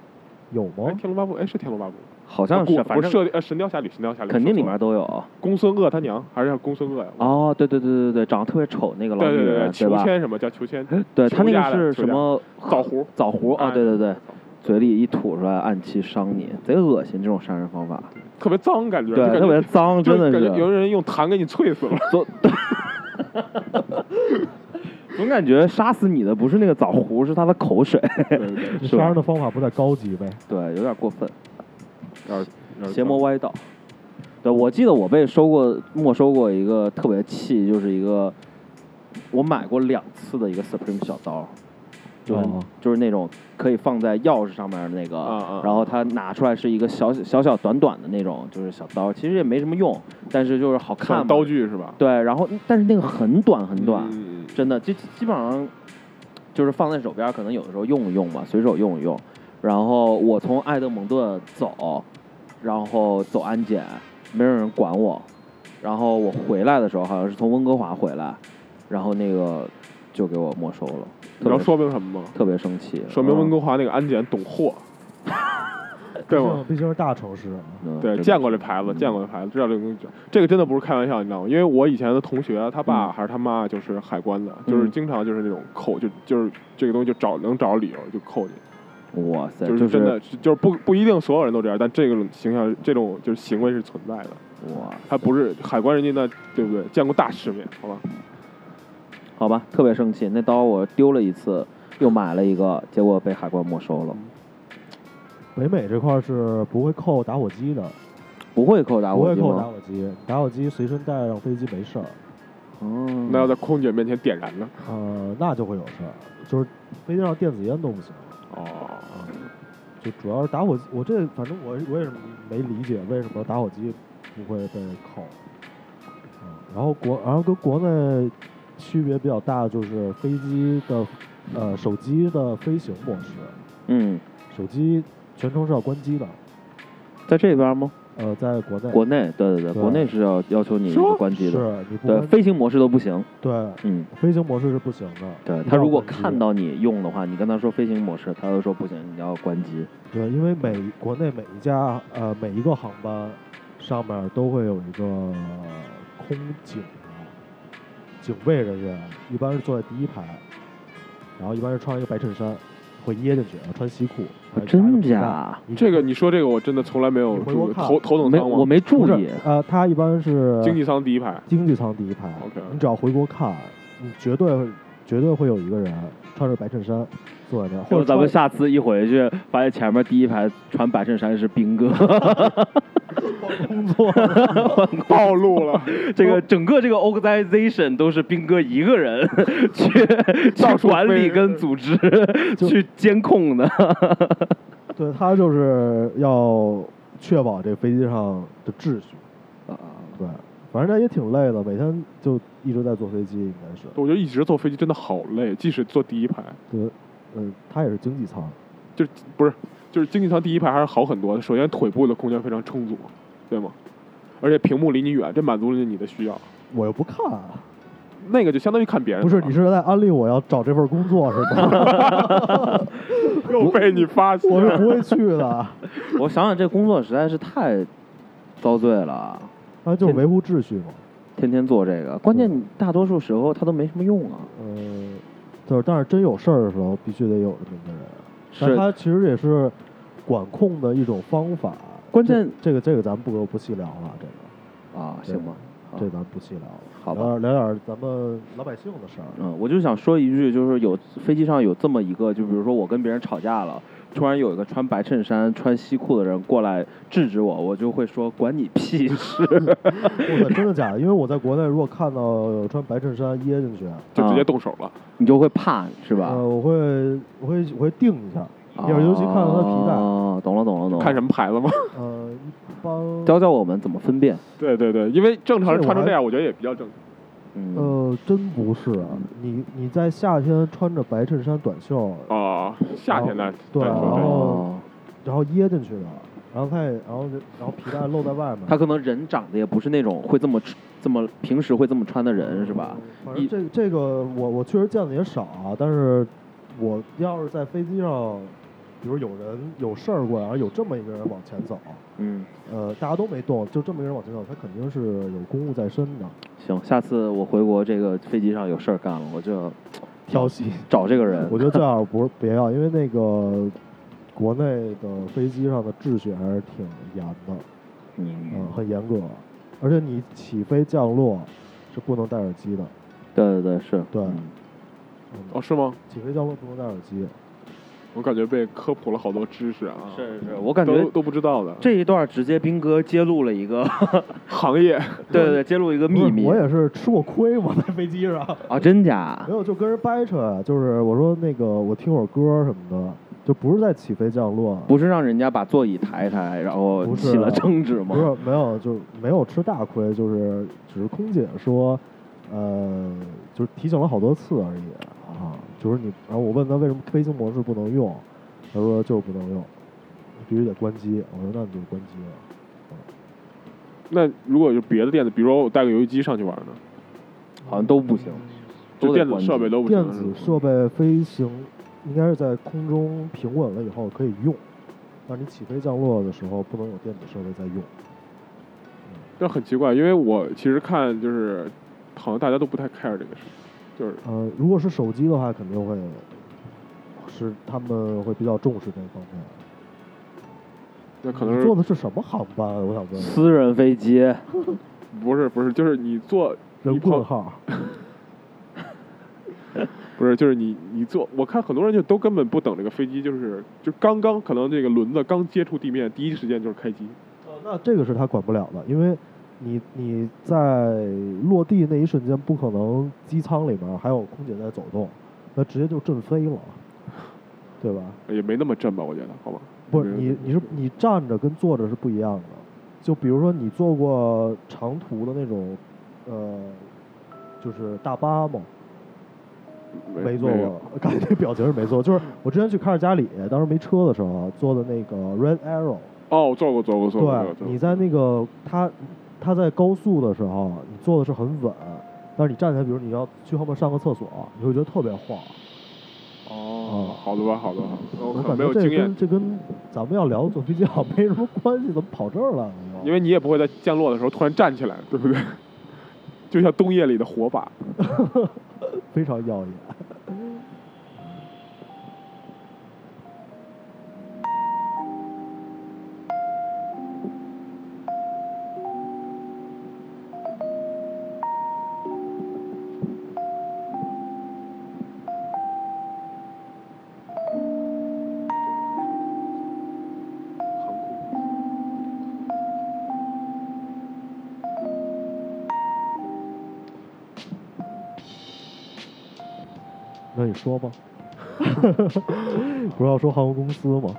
S2: 有
S3: 哎，《
S2: 吗？
S3: 天龙八部》哎是《天龙八部》，
S1: 好像
S3: 不
S1: 是，
S3: 不
S1: 反
S3: 是
S1: 正
S3: 射呃《神雕侠侣》，《神雕侠侣》
S1: 肯定里
S3: 说错了
S1: 面都有。
S3: 公孙恶他娘，还是叫公孙恶呀？
S1: 哦，对对对对对，长得特别丑那个哦老
S3: 对
S1: 女
S3: 对对
S1: 人，
S3: 对，裘
S1: 吧？
S3: 千什么叫裘千？
S1: 对他那
S3: 裘家
S1: 个是
S3: 的
S1: 什？么？
S3: 裘家枣核。
S1: 枣核啊，
S3: 哎
S1: 对对对，嘴里一吐出来，暗器伤你，贼恶心这种杀人方法，
S3: 特别脏感觉，
S1: 对
S3: 就，感
S1: 特别
S3: 觉
S1: 脏，
S3: 就
S1: 真的
S3: 感觉有
S1: 是。
S3: 人用痰给你啐死
S1: (laughs)
S3: 了。 (laughs)
S1: 总总感觉杀死你的不是那个枣核，是他的口水， (laughs)
S3: 对对对，
S2: 这
S1: 是吧
S2: 杀人的方法不太高级呗？
S1: 对，有点过分。
S3: 有点有点
S1: 邪魔歪道。对，我记得我被收过没收过一个特别气，就是一个我买过两次的一个 Supreme 小刀，就是、
S2: 哦
S1: 就是那种可以放在钥匙上面的那个，
S3: 啊啊
S1: 然后它拿出来是一个小小小短短的那种，就是小刀，其实也没什么用，但是就是好看
S3: 像
S1: 嘛
S3: 刀。具是吧？
S1: 对，然后但是那个很短很短，
S3: 嗯
S1: 真的，就基本上就是放在手边儿，可能有的时候用一用吧，随手用一用。然后我从埃德蒙顿走，然后走安检，没有人管我。然后我回来的时候，好像是从温哥华回来，然后那个就给我没收了，
S3: 你
S1: 特
S3: 知
S1: 别
S3: 道
S1: 嗯
S3: 说明什么吗？
S1: 特别生气。
S3: 说明温
S1: 哥，
S3: 哥华那个安检懂货，
S1: (laughs)
S3: 对
S2: 毕
S3: 吗
S2: 竟？毕竟是大城市啊，
S1: 嗯
S3: 对，见过这牌子，见。过这牌子，知道这个东西。这个真的不是开玩笑，你知道吗？因为我以前的同学，他爸
S1: 嗯
S3: 还是他妈，就是海关的，就是
S1: 嗯
S3: 经常就是那种扣，就就是这个东西就找能找着理由就扣你。
S1: 真哇塞，
S3: 就是
S1: 就
S3: 真的是就是不不一定所有人都这样，但这个形象这种就是行为是存在的。
S1: 哇，
S3: 他不是海关人家那对不对？见过大世面，好吧？
S1: 好吧，特别生气。那刀我丢了一次，又买了一个，结果被海关没收了。
S2: 北美这块儿是不会扣打火机的，
S1: 不会扣打
S2: 不
S1: 火
S2: 会
S1: 机
S2: 扣打
S1: 吗？
S2: 火机，打火机随身带上飞机没事儿。
S1: 哦，
S3: 那要在空姐面前点燃呢？
S2: 呃，那就会有事儿，就是飞机上电子烟都不行。
S3: 哦，
S2: 就主要是打火机，我这反正我我也是没理解为什么打火机不会被扣。嗯，然后国然后跟国内区别比较大的就是飞机的呃手机的飞行模式，
S1: 嗯，
S2: 手机全程是要关机的。
S1: 在这边吗？
S2: 呃，在国内
S1: 国内，对对对，
S2: 对
S1: 国内是要要求你
S3: 是吗
S1: 关机的，
S2: 是你不
S1: 对，
S2: 关
S1: 飞行模式都不行。
S2: 对
S1: 嗯，
S2: 飞行模式是不行的。
S1: 对
S2: 一定
S1: 他
S2: 要
S1: 如果
S2: 关机
S1: 看到你用的话，你跟他说飞行模式，他就说不行，你要关机。
S2: 对，因为每国内每一家呃每一个航班上面都会有一个空警的警卫人员，一般是坐在第一排，然后一般是穿一个白衬衫，会掖进去，然后穿西裤，还有
S1: 真假？
S2: 夹个皮带？
S3: (laughs) 这个你说这个我真的从来没有
S2: 你回
S3: 注
S2: 头
S3: 意
S2: 看
S3: 头头等
S1: 没，
S3: 舱吗？
S1: 我没
S2: 不
S1: 注
S2: 是
S1: 意。
S2: 呃，他一般是
S3: 经济舱第一排。
S2: 经济舱第一排。
S3: OK
S2: 你只要回国看，你绝对会绝对会有一个人穿着白衬衫坐在那儿，或
S1: 就
S2: 者
S1: 是咱们
S2: 穿
S1: 下次一回去，发现前面第一排穿白衬衫是兵哥，
S2: 工作。
S3: 暴露了，
S1: 这个整个这个 organization 都是兵哥一个人去
S3: 到
S1: 去
S3: 处
S1: 管理
S3: 飞
S1: 跟组织、
S2: 就
S1: 去监控的。
S2: 对他就是要确保这飞机上的秩序。对，反正他也挺累的，每天就一直在坐飞机，应该是。
S3: 我觉得一直坐飞机真的好累，即使坐第一排，
S2: 对，呃，他也是经济舱，
S3: 就是不是就是经济舱第一排还是好很多的。首先腿部的空间非常充足，对吗？而且屏幕离你远，这满足了你的需要。
S2: 我又不看。啊
S3: 那个就相当于看别人
S2: 不
S3: 的
S2: 是
S3: 了。，
S2: 你是在安利我要找这份工作是吗？ (laughs)
S3: 又被你发现
S2: 我是
S3: 了。
S2: 不会去的，
S1: 我想想，这工作实在是太遭罪了，
S2: 他就是维护秩序嘛。
S1: 天天做这个，关键大多数时候他都没什么用啊。
S2: 呃，就是但是真有事儿的时候，必须得有这么一个人。但
S1: 是，
S2: 他其实也是管控的一种方法。
S1: 关键
S2: 这这个这个咱们不不细聊了，这个
S1: 啊，行吧，好
S2: 这咱们不细聊了。
S1: 好吧
S2: 聊点聊点咱们老百姓的事儿。
S1: 嗯，我就想说一句，就是有飞机上有这么一个，就比如说我跟别人吵架了，突然有一个穿白衬衫、穿西裤的人过来制止我，我就会说管你屁
S2: (laughs)
S1: 事。
S2: 我操，真的假的？因为我在国内如果看到有穿白衬衫掖进去，
S3: 就直接
S1: 啊
S3: 动手了。
S1: 你就会怕是吧？
S2: 呃，我会我会我会定一下，要是尤其看到他皮带，
S1: 哦，懂了懂了懂了。
S3: 看什么牌子
S1: (laughs)
S3: 吗？
S2: 呃，一般
S1: 教教我们怎么分辨？
S3: 对对对，因为正常人
S2: 这我
S3: 穿成
S2: 还
S3: 这样，我觉得也比较正常。
S1: 嗯，
S2: 呃真不是啊，你你在夏天穿着白衬衫短袖，
S3: 哦，夏天
S2: 然
S3: 的
S2: 后对啊
S3: 再说
S2: 然后
S3: 呗
S1: 哦，
S2: 然后掖进去的，然后他也然后然后皮带露在外面，
S1: 他可能人长得也不是那种会这么这么平时会这么穿的人是吧？
S2: 嗯反
S1: 一
S2: 正这这个我我确实见的也少啊，但是我要是在飞机上，比如有人有事儿过来，然后有这么一个人往前走。
S1: 嗯，
S2: 呃，大家都没动，就这么一个人往前走，他肯定是有公务在身的，
S1: 行，下次我回国这个飞机上有事儿干了，我就要
S2: 挑戏。
S1: 找这个人。
S2: (laughs) 我觉得最好不是别要，因为那个国内的飞机上的秩序还是挺严的，嗯，
S1: 嗯，
S2: 很严格，而且你起飞降落是不能戴耳机的，
S1: 对对对，是
S2: 对
S1: 嗯
S3: 哦，
S2: 嗯，
S3: 是吗？
S2: 起飞降落不能戴耳机。
S3: 我感觉被科普了好多知识啊。
S1: 是是是我感
S3: 都
S1: 觉
S3: 都不知道的
S1: 这一段直接斌哥揭露了一
S2: (laughs)
S1: 个，
S3: 行业。
S1: 对对对，揭露一个秘
S2: 不
S1: 密
S2: 是我也是吃过亏嘛，在飞机上， (laughs)
S1: 啊，真假
S2: 没？有就跟人掰扯呀，就是我说那个我听会儿歌什么的，就不是在起飞降落，啊
S1: 不是让人家把座椅抬一抬，然后
S2: 不是啊
S1: 起了争执
S2: 不
S1: 吗？
S2: 是没有，就没有吃大亏，就是只是空姐说，呃，就是提醒了好多次而已啊。就是你，然后我问他为什么飞行模式不能用，他说就是不能用，你必须得关机。我说那你就关机了。
S3: 那如果有别的电子，比如说我带个游戏机上去玩呢，
S1: 好像都不行，
S3: 就
S1: 都得
S3: 电
S1: 关
S3: 子
S1: 机
S3: 设备都不行
S2: 电
S3: 了是
S2: 子
S3: 吗。
S2: 设备飞行应该是在空中平稳了以后可以用，但是你起飞降落的时候不能有电子设备在用。
S3: 但很奇怪，因为我其实看就是，好像大家都不太 care 这个事，就是
S2: 呃，如果是手机的话，肯定会是他们会比较重视这方面。
S3: 那可能
S2: 你
S3: 是
S2: 坐的是什么航班啊？我想问。
S1: 私人飞机，
S3: 不是不是，就是你坐
S2: 人
S3: 你碰
S2: 棍
S3: (laughs)
S2: 号。
S3: 不是，就是你你坐，我看很多人就都根本不等这个飞机，就是就刚刚可能这个轮子刚接触地面，第一时间就是开机。
S2: 呃，那这个是他管不了的，因为你你在落地那一瞬间，不可能机舱里面还有空姐在走动，那直接就震飞了，对吧？
S3: 也没那么震吧，我觉得，好吧。
S2: 不
S3: 没
S2: 是
S3: 有
S2: 你你是你站着跟坐着是不一样的，就比如说你坐过长途的那种，呃，就是大巴嘛，没坐
S3: 有
S2: 过，感觉这表情是没坐过。就是我之前去卡尔加里，当时没车的时候坐的那个 Red Arrow，
S3: 哦，坐过坐过坐过。坐过
S2: 对，
S3: 坐过
S2: 你在那个它它在高速的时候，你坐的是很稳，但是你站起来，比如你要去后面上个厕所，你会觉得特别晃。
S3: 哦，好的吧，好的吧，
S2: 我
S3: 可
S2: 感
S3: 能没
S2: 觉
S3: 有
S2: 这
S3: 经验
S2: 跟，这跟咱们要聊的坐飞机好像没什么关系，怎么跑这儿来了又？
S3: 因为你也不会在降落的时候突然站起来，对不对？ (laughs) 就像冬夜里的火把。
S2: 非常耀眼。那你说吧， (laughs) 不是要说航空公司吗？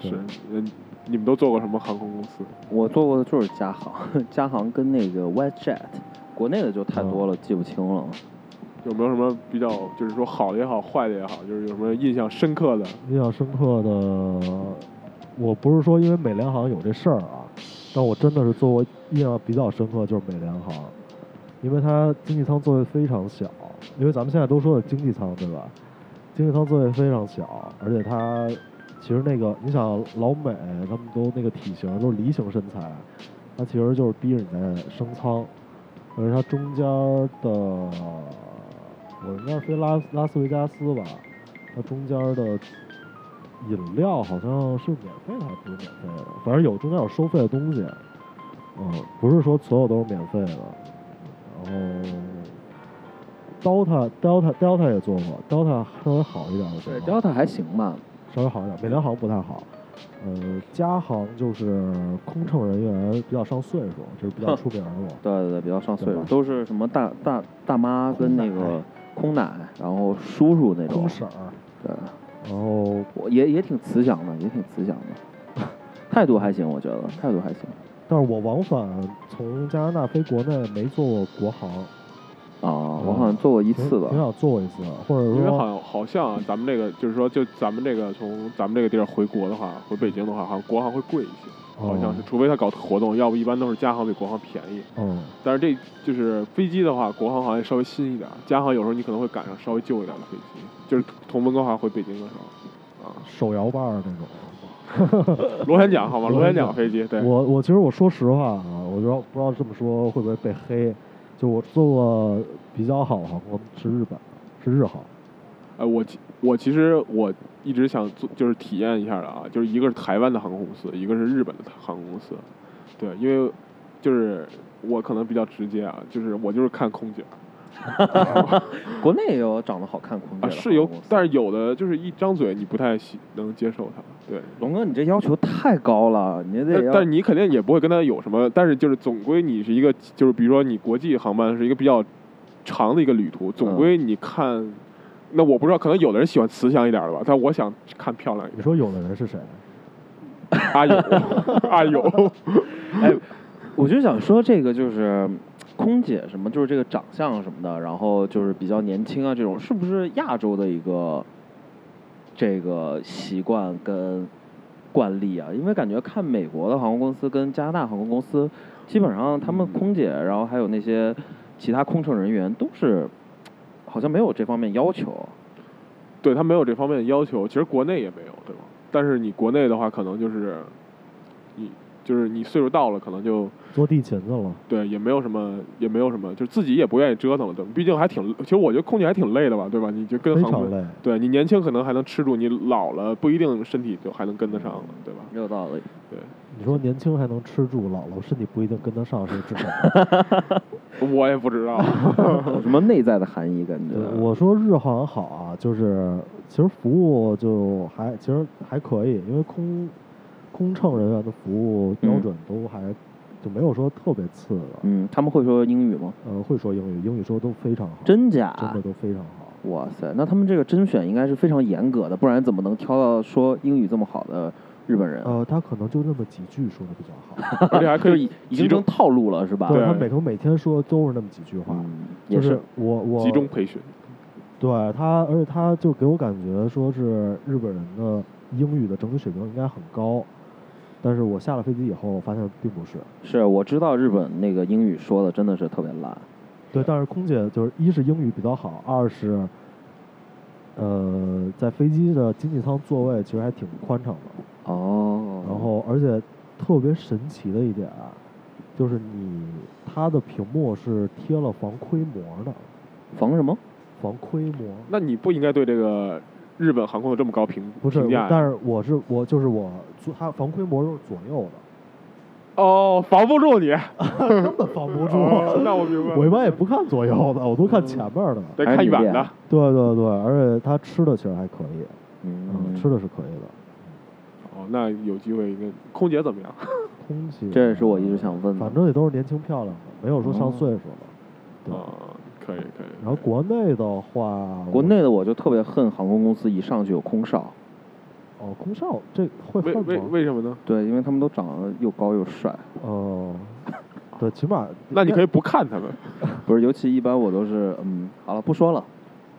S3: 是，嗯，你们都坐过什么航空公司？
S1: 我坐过的就是加航， (laughs) 加航跟那个 WestJet，国内的就太多了，
S3: 嗯
S1: 记不清了。
S3: 有没有什么比较，就是说好的也好，坏的也好，就是有什么印象深刻的？
S2: 印象深刻的，我不是说因为美联航有这事儿啊，但我真的是做过印象比较深刻就是美联航，因为它经济舱座位非常小，因为咱们现在都说的经济舱对吧？经济舱座位非常小，而且它其实那个你想老美他们都那个体型都是梨形身材，它其实就是逼着你在升舱，而且它中间儿的，我应该是飞拉拉斯维加斯吧，它中间儿的饮料好像是免费的还是不是免费的，反正有中间有收费的东西，嗯，不是说所有都是免费的。然后，DOTA DOTA DOTA 也做过，DOTA 稍微好一点我觉得。
S1: Delta 还行吧，
S2: 稍微好一点，美联航不太好。呃，加航就是空乘人员比较上岁数，这是比较出名的嘛。
S3: (laughs)
S1: 对对对，比较上岁
S2: 对
S1: 数，
S2: 吧
S1: 都是什么大大大妈跟那个空奶，然后叔叔那种
S2: 空，婶儿，
S1: 对，
S2: 然后
S1: 我也也挺慈祥的，也挺慈祥的，
S3: (laughs)
S1: 态度还行，我觉得态度还行
S2: 但是我往返从加拿大飞国内没坐过国航，
S1: 啊，
S2: 嗯
S1: 我好像做过一
S2: 一
S1: 次吧
S2: 挺，想坐过一次，或者
S3: 因为好
S2: 说
S3: 像好像啊咱们这个就是说，就咱们这个从咱们这个地儿回国的话，回北京的话，好像国航会贵一些，
S2: 哦
S3: 好像是，除非他搞活动，要不一般都是加航比国航便宜。
S2: 嗯，
S3: 但是这就是飞机的话，国航好像稍微新一点，加航有时候你可能会赶上稍微旧一点的飞机，就是从温哥华回北京的时候，啊，
S2: 手摇把儿那种。
S3: 螺旋桨好吗？
S2: 螺
S3: 螺
S2: 旋
S3: 旋
S2: 桨
S3: 桨飞机，对，
S2: 我我其实我说实话啊，我就不知道这么说会不会被黑。就我坐过比较好的航空是日本，是日航。
S3: 呃，我其我其实我一直想做，就是体验一下的啊，就是一个是台湾的航空公司，一个是日本的航空公司，对，因为就是我可能比较直接啊，就是我就是看空姐
S1: 国内也有长得好看空姐的
S3: 啊，是有
S1: 航空公，司
S3: 但是有的就是一张嘴你不太喜能接受他，对。
S1: 龙哥，你这要求太高了，你
S3: 但
S1: 得要
S3: 但是你肯定也不会跟他有什么，但是就是总归你是一个，就是比如说你国际航班是一个比较长的一个旅途，总
S1: 嗯
S3: 归你看，那我不知道，可能有的人喜欢慈祥一点的吧，但我想看漂亮一
S2: 你
S3: 点。
S2: 说有的人是谁？
S3: (laughs) 阿友，阿
S2: (laughs)
S3: 友，
S1: 哎，我就想说这个就是空姐什么，就是这个长相什么的，然后就是比较年轻啊，这种是不是亚洲的一个这个习惯跟惯例啊？因为感觉看美国的航空公司跟加拿大航空公司，基本上他们空姐，然后还有那些其他空乘人员都是好像没有这方面要求。
S3: 对他没有这方面的要求，其实国内也没有，对吧？但是你国内的话，可能就是你就是你岁数到了，可能就
S2: 坐地勤去了。
S3: 对，也没有什么，也没有什么，就是自己也不愿意折腾了，对，毕竟还挺，其实我觉得空姐还挺累的吧，对吧？你就跟
S2: 非
S3: 航
S2: 常
S3: 空，
S2: 累，
S3: 对你年轻可能还能吃住，你老了不一定身体就还能跟得上了，对吧？
S1: 有道 (laughs) 理。
S2: 你说年轻还能吃住，老了身体不一定跟得上是指什
S3: (laughs)
S2: 么？
S3: 我也不
S2: (laughs)
S3: 知道，
S1: 有什么内在的含义？感觉
S2: 对我说日航好啊，就是其实服务就还其实还可以，因为空空乘人员的服
S3: 嗯
S2: 务标准都还、就没有说特别次的，
S1: 嗯，他们会说英语吗？
S2: 呃，会说英语，英语说都非常好，
S1: 真假？
S2: 真的都非常好。
S1: 哇塞，那他们这个甄选应该是非常严格的，不然怎么能挑到说英语这么好的日本人？
S2: 呃，他可能就那么几句说的比较好，
S3: (laughs) 而且还可
S1: 就是
S3: 以
S1: 已已经
S3: 集中
S1: 成套路了，是吧？
S3: 对
S2: 他每头每天说都是那么几句话，
S1: 嗯，也，
S2: 就是我我
S3: 集中培训，
S2: 对他，而且他就给我感觉说是日本人的英语的整体水平应该很高，但是我下了飞机以后我发现并不是。
S1: 是我知道日本那个英语说的真的是特别烂，
S2: 对，但是空姐就是一是英语比较好，二是，呃，在飞机的经济舱座位其实还挺宽敞的，
S1: 哦，
S2: 然后而且特别神奇的一点啊，就是你它的屏幕是贴了防窥膜的，
S1: 防什么？
S2: 防窥膜。
S3: 那你不应该对这个日本航空有这么高评
S2: 不是，
S3: 评
S2: 我
S3: 价呀
S2: 但是我是我就是我左，它防窥膜都是左右的。
S3: 哦，防不住你，
S1: 嗯
S2: 根本防 (laughs) 不住。
S3: 哦那我明白了
S2: 我一般也不看左右的，我都看前面的。
S3: 得
S1: 还是
S3: 看
S1: 你
S3: 远
S1: 练
S3: 的，
S2: 对对对，而且他吃的其实还可以，
S1: 嗯，
S2: 吃的是可以的。
S3: 哦，那有机会应该，空姐怎么样？
S2: 空气，啊
S1: 这也是我一直想问的。哦
S2: 反正也都是年轻漂亮的，没有说上岁数的。对
S3: 啊，可以可以。
S2: 然后国内的话，
S1: 国内的我就特别恨航空公司一上去有空少，
S2: 哦，空少这会
S3: 为
S2: 恨
S3: 为
S2: 吗？
S3: 为什么呢？
S1: 对，因为他们都长得又高又帅，
S2: 哦，对，起码
S3: (laughs) 那你可
S2: 以，
S3: 以不看他们，
S1: 不是，尤其一般我都是，嗯，好了，不说了，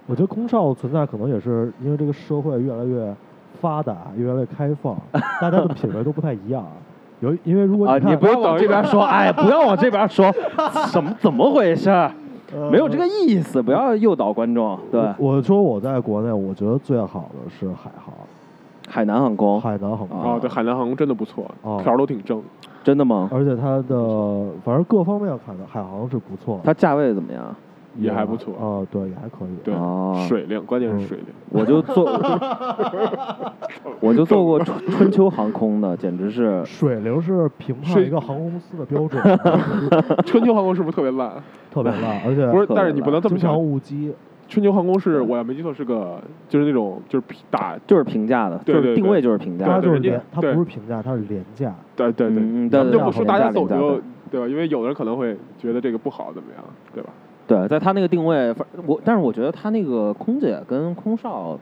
S2: 我觉得空少存在可能也是因为这个社会越来越发达，越来越开放，大家的品味都不太一样。有，因为如果
S1: 啊，
S2: 你看
S1: 你不要往这边说，哎，不要往这边说，什么怎么回事儿？没有这个意思，不要诱导观众。对，
S2: 呃我我说我在国内，我觉得最好的是海航，
S1: 海南航空，
S2: 海南航空，
S1: 啊
S3: 哦，对，海南航空真的不错，
S2: 哦
S3: 条儿都挺正。
S1: 真的吗？
S2: 而且它的反正各方面看的海航是不错的，
S1: 它价位怎么样？
S3: 也还不错
S2: 啊、对，也还可以。
S3: 对
S1: 哦，
S3: 水灵，关
S2: 嗯
S3: 键是水灵。
S1: 我就 (laughs) 坐，我就坐过春春秋航空的，简直是
S2: 水灵是评判
S3: 水
S2: 一个航空公司的标
S3: (laughs)
S2: 准，
S3: 春秋航空是不是特别
S2: (laughs)
S3: 烂？
S2: 特别烂，而且
S3: 不是，
S1: 特别
S3: 但是你不能这么
S2: 经常
S3: 想。
S2: 误机。
S3: 春秋航空是，我要没记错，是个就是那种就是皮打，
S1: 就是平价的，
S3: 对
S1: 就是
S3: 对
S1: 定
S3: 对
S1: 位就是平价
S2: 它
S1: 的。
S2: 就是
S3: 人家
S2: 廉，它
S3: 对
S2: 不是平价，它是廉价。
S3: 对对对，
S1: 嗯嗯
S3: 咱们
S1: 对
S3: 就
S1: 对对
S3: 不说大家
S1: 廉
S3: 走
S1: 价
S3: 就
S1: 廉
S3: 对吧？因为有的人可能会觉得这个不好怎么样，对吧？
S1: 对，在它那个定位，反我但是我觉得它那个空姐跟空少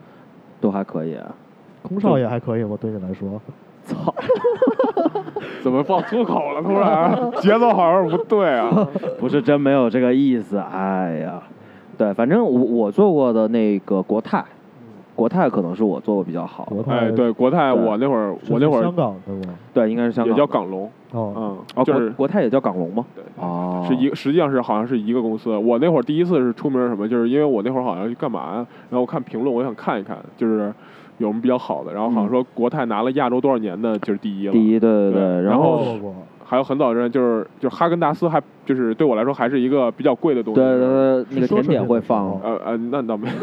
S1: 都还可以。啊
S2: 空少也还可以吗？对你来说，
S1: (laughs) 操，
S3: 怎么放粗口了？突
S2: (laughs)
S3: 然 (laughs) 节奏好像不对啊！
S1: 不是真没有这个意思，哎呀，对，反正我我坐过的那个国泰，国泰可能是我坐过比较好的，
S2: 国泰、
S3: 哎，对，国泰，
S1: 对
S3: 我那会儿
S2: 哦是
S3: 我那会
S2: 香
S3: 儿
S2: 港对吗？
S1: 对，应该是香港
S3: 也
S1: 的，
S3: 叫港龙，
S2: 哦，
S3: 嗯
S1: 哦，，
S3: 就
S1: 国
S3: 是
S1: 国泰也叫港龙吗？
S3: 对
S1: 哦，
S3: 是一个，实际上是好像是一个公司。我那会儿第一次是出名是什么，就是因为我那会儿好像去干嘛呀，然后我看评论，我想看一看，就是有什么比较好的，然后好像说国泰拿了亚洲多少年的就是第一了。
S1: 第一，对对对，
S3: 对然
S1: 然
S3: 后
S1: 后
S2: 做过，
S3: 还有很早之前就是就是哈根达斯还就是对我来说还是一个比较贵的东
S1: 对
S3: 西。
S1: 对对，那个
S2: 说
S1: 甜
S2: 出来
S1: 点会
S2: 的时候
S1: 放，
S3: 呃呃，那倒没有。 (laughs)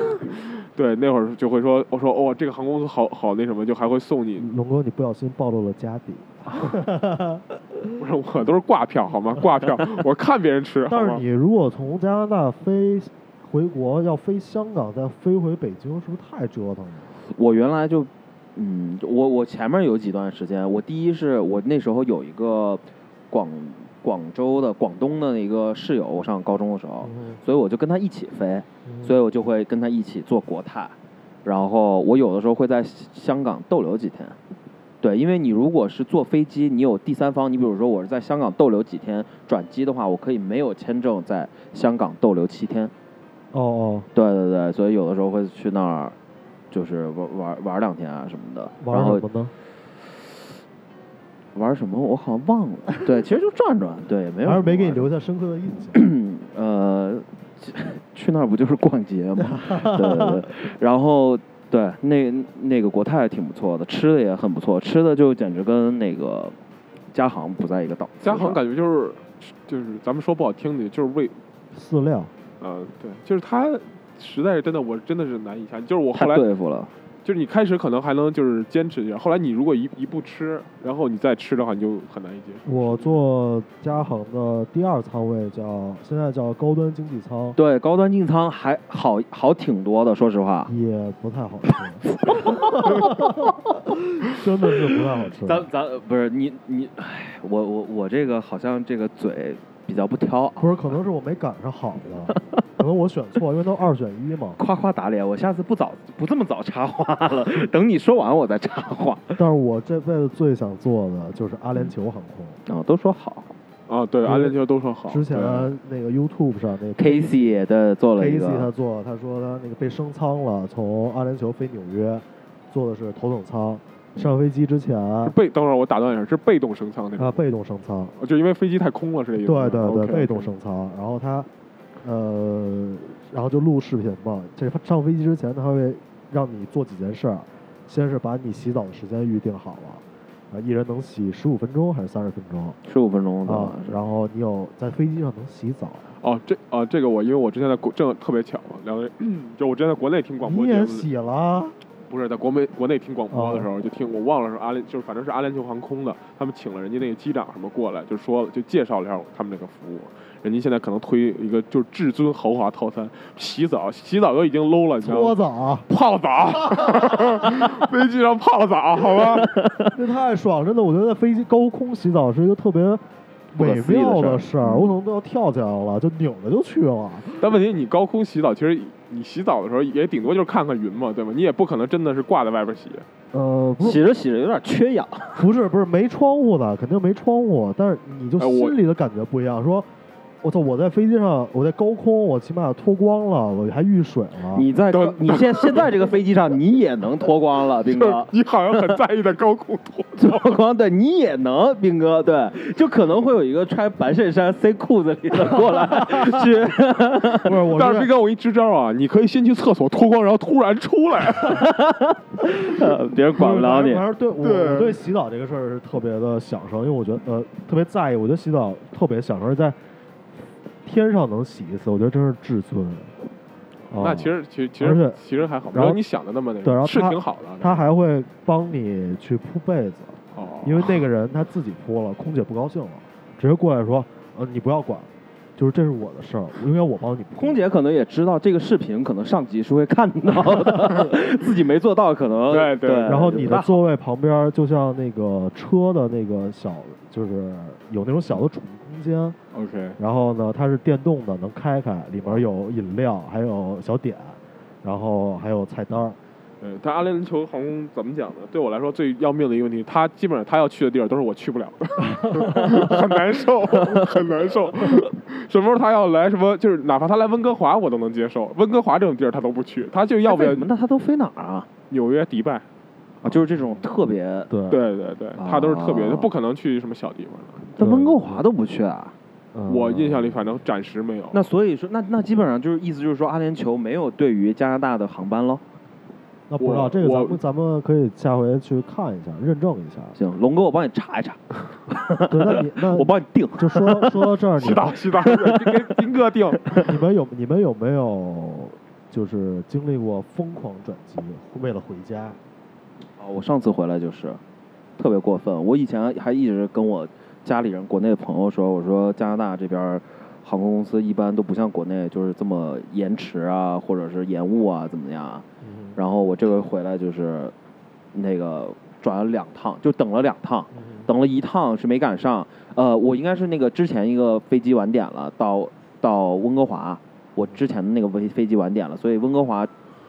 S3: 对，那会儿就会说，我说哦，这个航空公司好好那什么，就还会送你。
S2: 龙哥，你不小心暴露了家底。
S3: 不是，我都是挂票好吗？挂票，我看别人吃好
S2: (laughs) 但
S3: 吗
S2: 是？你如果从加拿大飞回国，要飞香港，再飞回北京，是不是太折腾了？
S1: 我原来就，嗯，我我前面有几段时间，我第一是我那时候有一个广广州的广东的一个室友，我上高中的时候，
S2: 嗯
S1: 所以我就跟他一起飞，
S2: 哼
S1: 所以我就会跟他一起坐国泰，然后我有的时候会在香港逗留几天。对，因为你如果是坐飞机，你有第三方，你比如说我是在香港逗留几天转机的话，我可以没有签证在香港逗留七天。
S2: 哦哦，
S1: 对对对，所以有的时候会去那儿，就是玩玩玩两天啊什么的。
S2: 玩
S1: 然后
S2: 什么呢？
S1: 玩什么我好像忘了。对，其实就转转，对，也没有。
S2: 还是没给你留
S1: 下。
S2: 下深刻的印象。 (clears throat)
S1: 呃， (laughs) 去去那儿不就是逛街吗？对对对。然后对，那那个国泰挺不错的，吃的也很不错，吃的就简直跟那个嘉航不在一个档次
S3: 嘉
S1: 上。
S3: 航感觉就是就是咱们说不好听的，就是为
S2: 饲料，
S3: 呃对，就是他实在是真的，我真的是难以下。就是我
S1: 太
S3: 后来
S1: 对付了，
S3: 就是你开始可能还能就是坚持一下，后来你如果一一不吃，然后你再吃的话，你就很难以接受。
S2: 我坐嘉航的第二舱位叫现在叫高端经济舱，
S1: 对高端进仓还好好挺多的，说实话。
S2: 也不太好吃， (laughs) 真的是不太好吃。
S1: 咱咱不是你你，唉我我我这个好像这个嘴比较不挑啊，
S2: 不是，可能是我没赶上好的，可能我选错，因为都二选一嘛。
S1: 夸夸打脸，我下次不早不这么早插话了， (laughs) 等你说完我再插话。
S2: 但是我这辈子最想做的就是阿联酋航空。
S1: 啊、都说好
S3: 啊，对，
S2: 因为
S3: 阿联酋都说好。
S2: 之前啊
S3: 对
S2: 那个 YouTube 上那个
S1: ，Casey 也的做了一
S2: Casey
S1: 个
S2: 他做，他说他那个被升舱了，从阿联酋飞纽约，坐的是头等舱。上飞机之前
S3: 是
S2: 啊，
S3: 被等会儿我打断一下，是被动升舱那种，哦
S2: 被动升舱，
S3: 就因为飞机太空了是这意
S2: 对
S3: 思吗。
S2: 啊对对，
S3: OK，
S2: 被动升舱。然后他，呃，然后就录视频嘛。这上飞机之前，他会让你做几件事儿，先是把你洗澡的时间预定好了，啊，一人能洗十五分钟还是三十分钟
S1: 十五分钟的
S2: 啊？
S1: 后
S2: 然后你有在飞机上能洗澡，
S3: 哦，这啊、这个我因为我之前在国正特别巧，两个人就我之前在国内听广播
S2: 你
S3: 节
S2: 也
S3: 目，
S2: 洗了，
S3: 不是在国美国内听广播的时候、就听我忘了是阿联，就是反正是阿联酋航空的，他们请了人家那个机长什么过来，就说了就介绍了一下他们这个服务，人家现在可能推一个就是至尊豪华套餐，洗澡洗澡都已经 low 了，你知道
S2: 搓
S3: 吗？
S2: 澡，
S3: 泡 (laughs) 澡，飞机上泡澡，啊好吗？
S2: 这太爽！真的，我觉得在飞机高空洗澡是一个特别
S1: 不可
S2: 美
S1: 思议的
S2: 妙
S1: 事儿
S2: 的事儿，
S1: 嗯
S2: 我可能都要跳起来了，就扭着就去了。
S3: 但问题你高空洗澡，其实你洗澡的时候也顶多就是看看云嘛，对吧？你也不可能真的是挂在外边洗。
S2: 呃，不是
S1: 洗着洗着有点缺氧，
S2: 不是不是没窗户的，肯定没窗户，但是你就
S3: 哎我
S2: 心里的感觉不一样，说。我操！我在飞机上，我在高空，我起码脱光了，我还遇水了。
S1: 你在
S3: 等
S1: 你现现在这个飞机上你也能脱光了，斌
S3: 就
S1: 哥
S3: 是。你好像很在意在高空脱
S1: 脱光对你也能，斌哥对，就可能会有一个穿白衬衫塞裤子里的过来去，
S2: 不是我
S3: 但是
S2: 是
S3: 斌哥，我给你支招啊，你可以先去厕所脱光，然后突然出来。
S1: 呃别人管不了
S2: 反
S1: 你
S2: 正。反正对我
S3: 对
S2: 我对洗澡这个事儿是特别的享受，因为我觉得呃特别在意，我觉得洗澡特别享受，而且在天上能洗一次，我觉得真是至尊。啊
S3: 那其实其实其
S2: 而且
S3: 实其实还好，没
S2: 然后
S3: 有你想的那么那
S2: 对然
S3: 个，
S2: 后
S3: 是
S2: 他
S3: 挺好的。
S2: 他还会帮你去铺被子，
S3: 哦，
S2: 因为那个人他自己铺了，空姐不高兴了，直接过来说，呃，你不要管，就是这是我的事儿，因为我帮你铺。
S1: 空姐可能也知道这个视频，可能上级是会看到的，自己没做到，可能
S3: 对
S1: 对
S3: 对。
S2: 然后你
S1: 就不
S2: 的
S1: 大
S2: 座位旁边儿就像那个车的那个小，就是有那种小的储物空间，
S3: 哦 OK，
S2: 然后呢，它是电动的，能开开，里面有饮料，还有小点，然后还有菜单儿。
S3: 嗯，但阿联酋航空怎么讲呢？对我来说最要命的一个问题，他基本上他要去的 (laughs) 地儿都是我去不了的，很难受， (laughs) 很难受。 (laughs) 什么时候他要来什么，就是哪怕他来温哥华，我都能接受。温哥华这种地儿他都不去，他就要不
S1: 哎为
S3: 要
S1: 什么那他都飞哪儿啊？
S3: 纽约、迪拜。
S1: 啊，就是这种特别，
S2: 对，
S3: 对对对，他都是特别，
S1: 啊
S3: 他不可能去什么小地方的。
S1: 那温哥华都不去啊。
S2: 嗯
S3: 我印象里反正暂时没有。
S1: 那所以说，那那基本上就是意思就是说，阿联酋没有对于加拿大的航班喽。
S2: 那不知道这个，
S3: 我
S2: 咱们咱们可以下回去看一下，认证一下。
S1: 行，龙哥，我帮你查一查，
S2: 对，那你那
S1: 我帮你定。
S2: 就说说到这
S3: (laughs)
S2: 儿，你
S3: 洗澡
S2: 们
S3: 洗澡，给金哥定。
S1: (laughs)
S2: 你们有你们有没有就是经历过疯狂转机，为了回家？
S1: 啊，我上次回来就是特别过分。我以前还一直跟我家里人、国内的朋友说，我说加拿大这边儿航空公司一般都不像国内就是这么延迟啊，或者是延误啊，怎么样啊？
S2: 嗯
S1: 然后我这回回来就是那个转了两趟，就等了两趟。等了一趟是没赶上，呃，我应该是那个之前一个飞机晚点了，到到温哥华，我之前的那个飞飞机晚点了，所以温哥华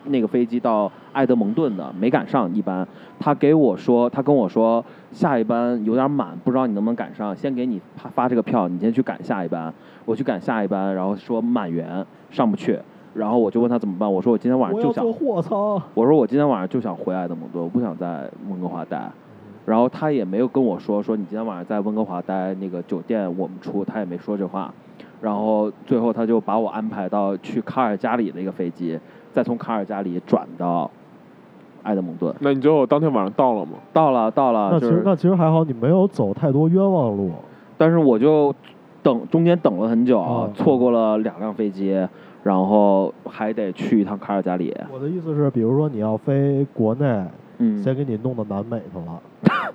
S1: 那个飞机到埃德蒙顿的没赶上一班，他给我说，他跟我说下一班有点满，不知道你能不能赶上，先给你发发这个票，你先去赶下一班，我去赶下一班，然后说满员上不去，然后我就问他怎么办，我说我今天晚上
S2: 我
S1: 就
S2: 要
S1: 想
S2: 坐货舱。
S1: 我说我今天晚上就想回埃德蒙顿，我不想在温哥华
S2: 嗯
S1: 待。然后他也没有跟我说说你今天晚上在温哥华待那个酒店我们出，他也没说这话。然后最后他就把我安排到去卡尔加里的一个飞机，再从卡尔加里转到埃德蒙顿。
S3: 那你最后当天晚上到了吗？
S1: 到了，到了，
S2: 那其
S1: 啊就
S2: 实
S1: 是，
S2: 那其实还好，你没有走太多冤枉路。
S1: 但是我就等中间等了很久，
S2: 哦
S1: 错过了两辆飞机，然后还得去一趟卡尔加里。
S2: 我的意思是，比如说你要飞国内，
S1: 嗯，
S2: 先给你弄到南美去了，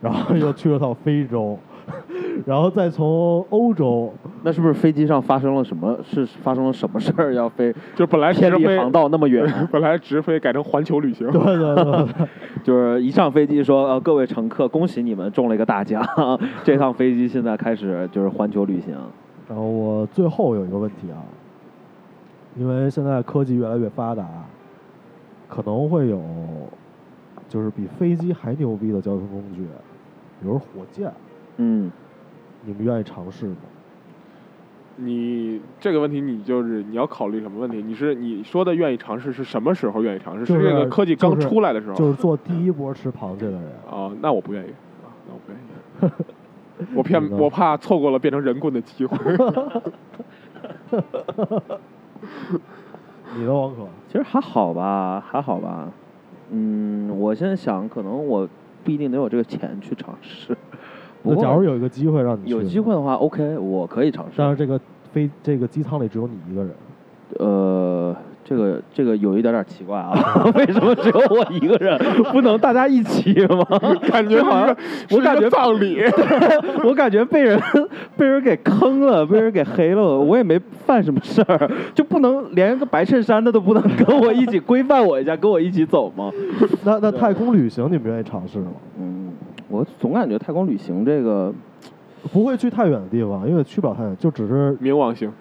S2: 然后又去了趟非洲， (laughs) 然后再从欧洲， (laughs)
S1: 那是不是飞机上发生了什么？是发生了什么事儿要飞
S3: 就本来直
S1: 偏离
S3: 飞
S1: 航道那么远？
S3: (laughs) 本来直飞改成环球旅行
S2: 对，对对对，
S1: 就是一上飞机说，呃，各位乘客，恭喜你们中了一个大奖， (laughs) 这趟飞机现在开始就是环球旅行。
S2: 然后我最后有一个问题啊，因为现在科技越来越发达，可能会有就是比飞机还牛逼的交通工具，比如火箭，
S1: 嗯，
S2: 你们愿意尝试吗？
S3: 你这个问题，你就是你要考虑什么问题？你是你说的愿意尝试是什么时候愿意尝试？
S2: 就是
S3: 这个科技刚
S2: 就是
S3: 出来的时候。
S2: 就是做第一波吃螃蟹的人，
S3: 啊，那我不愿意，啊那我不愿意。
S2: (laughs)
S3: 我骗
S2: 你呢
S3: 我怕错过了变成人棍的
S2: (laughs)
S3: 机会。
S2: 你的王可，
S1: 其实还好吧，还好吧。嗯，我现在想，可能我不一定能有这个钱去尝试。不
S2: 那
S1: 过
S2: 假如有一个机会让你去
S1: 有
S2: 呢
S1: 机会，的话，OK，我可以尝试。
S2: 但是这个飞这个机舱里只有你一个人，
S1: 呃，这个这个有一点点奇怪 (laughs) 啊，为什么只有我一个人，不能大家一起吗？
S3: 感觉好像
S1: 我感觉
S3: 葬礼，
S1: (laughs) 我感觉被人被人给坑了，被人给黑了，我也没犯什么事儿， (laughs) 就不能连个白衬衫的都不能跟我一起规范我一下，跟我一起走吗？
S2: 那那太空旅行你们愿意尝试吗？
S1: 嗯，我总感觉太空旅行这个
S2: 不会去太远的地方，因为去不了太远，就只是
S3: 冥王星，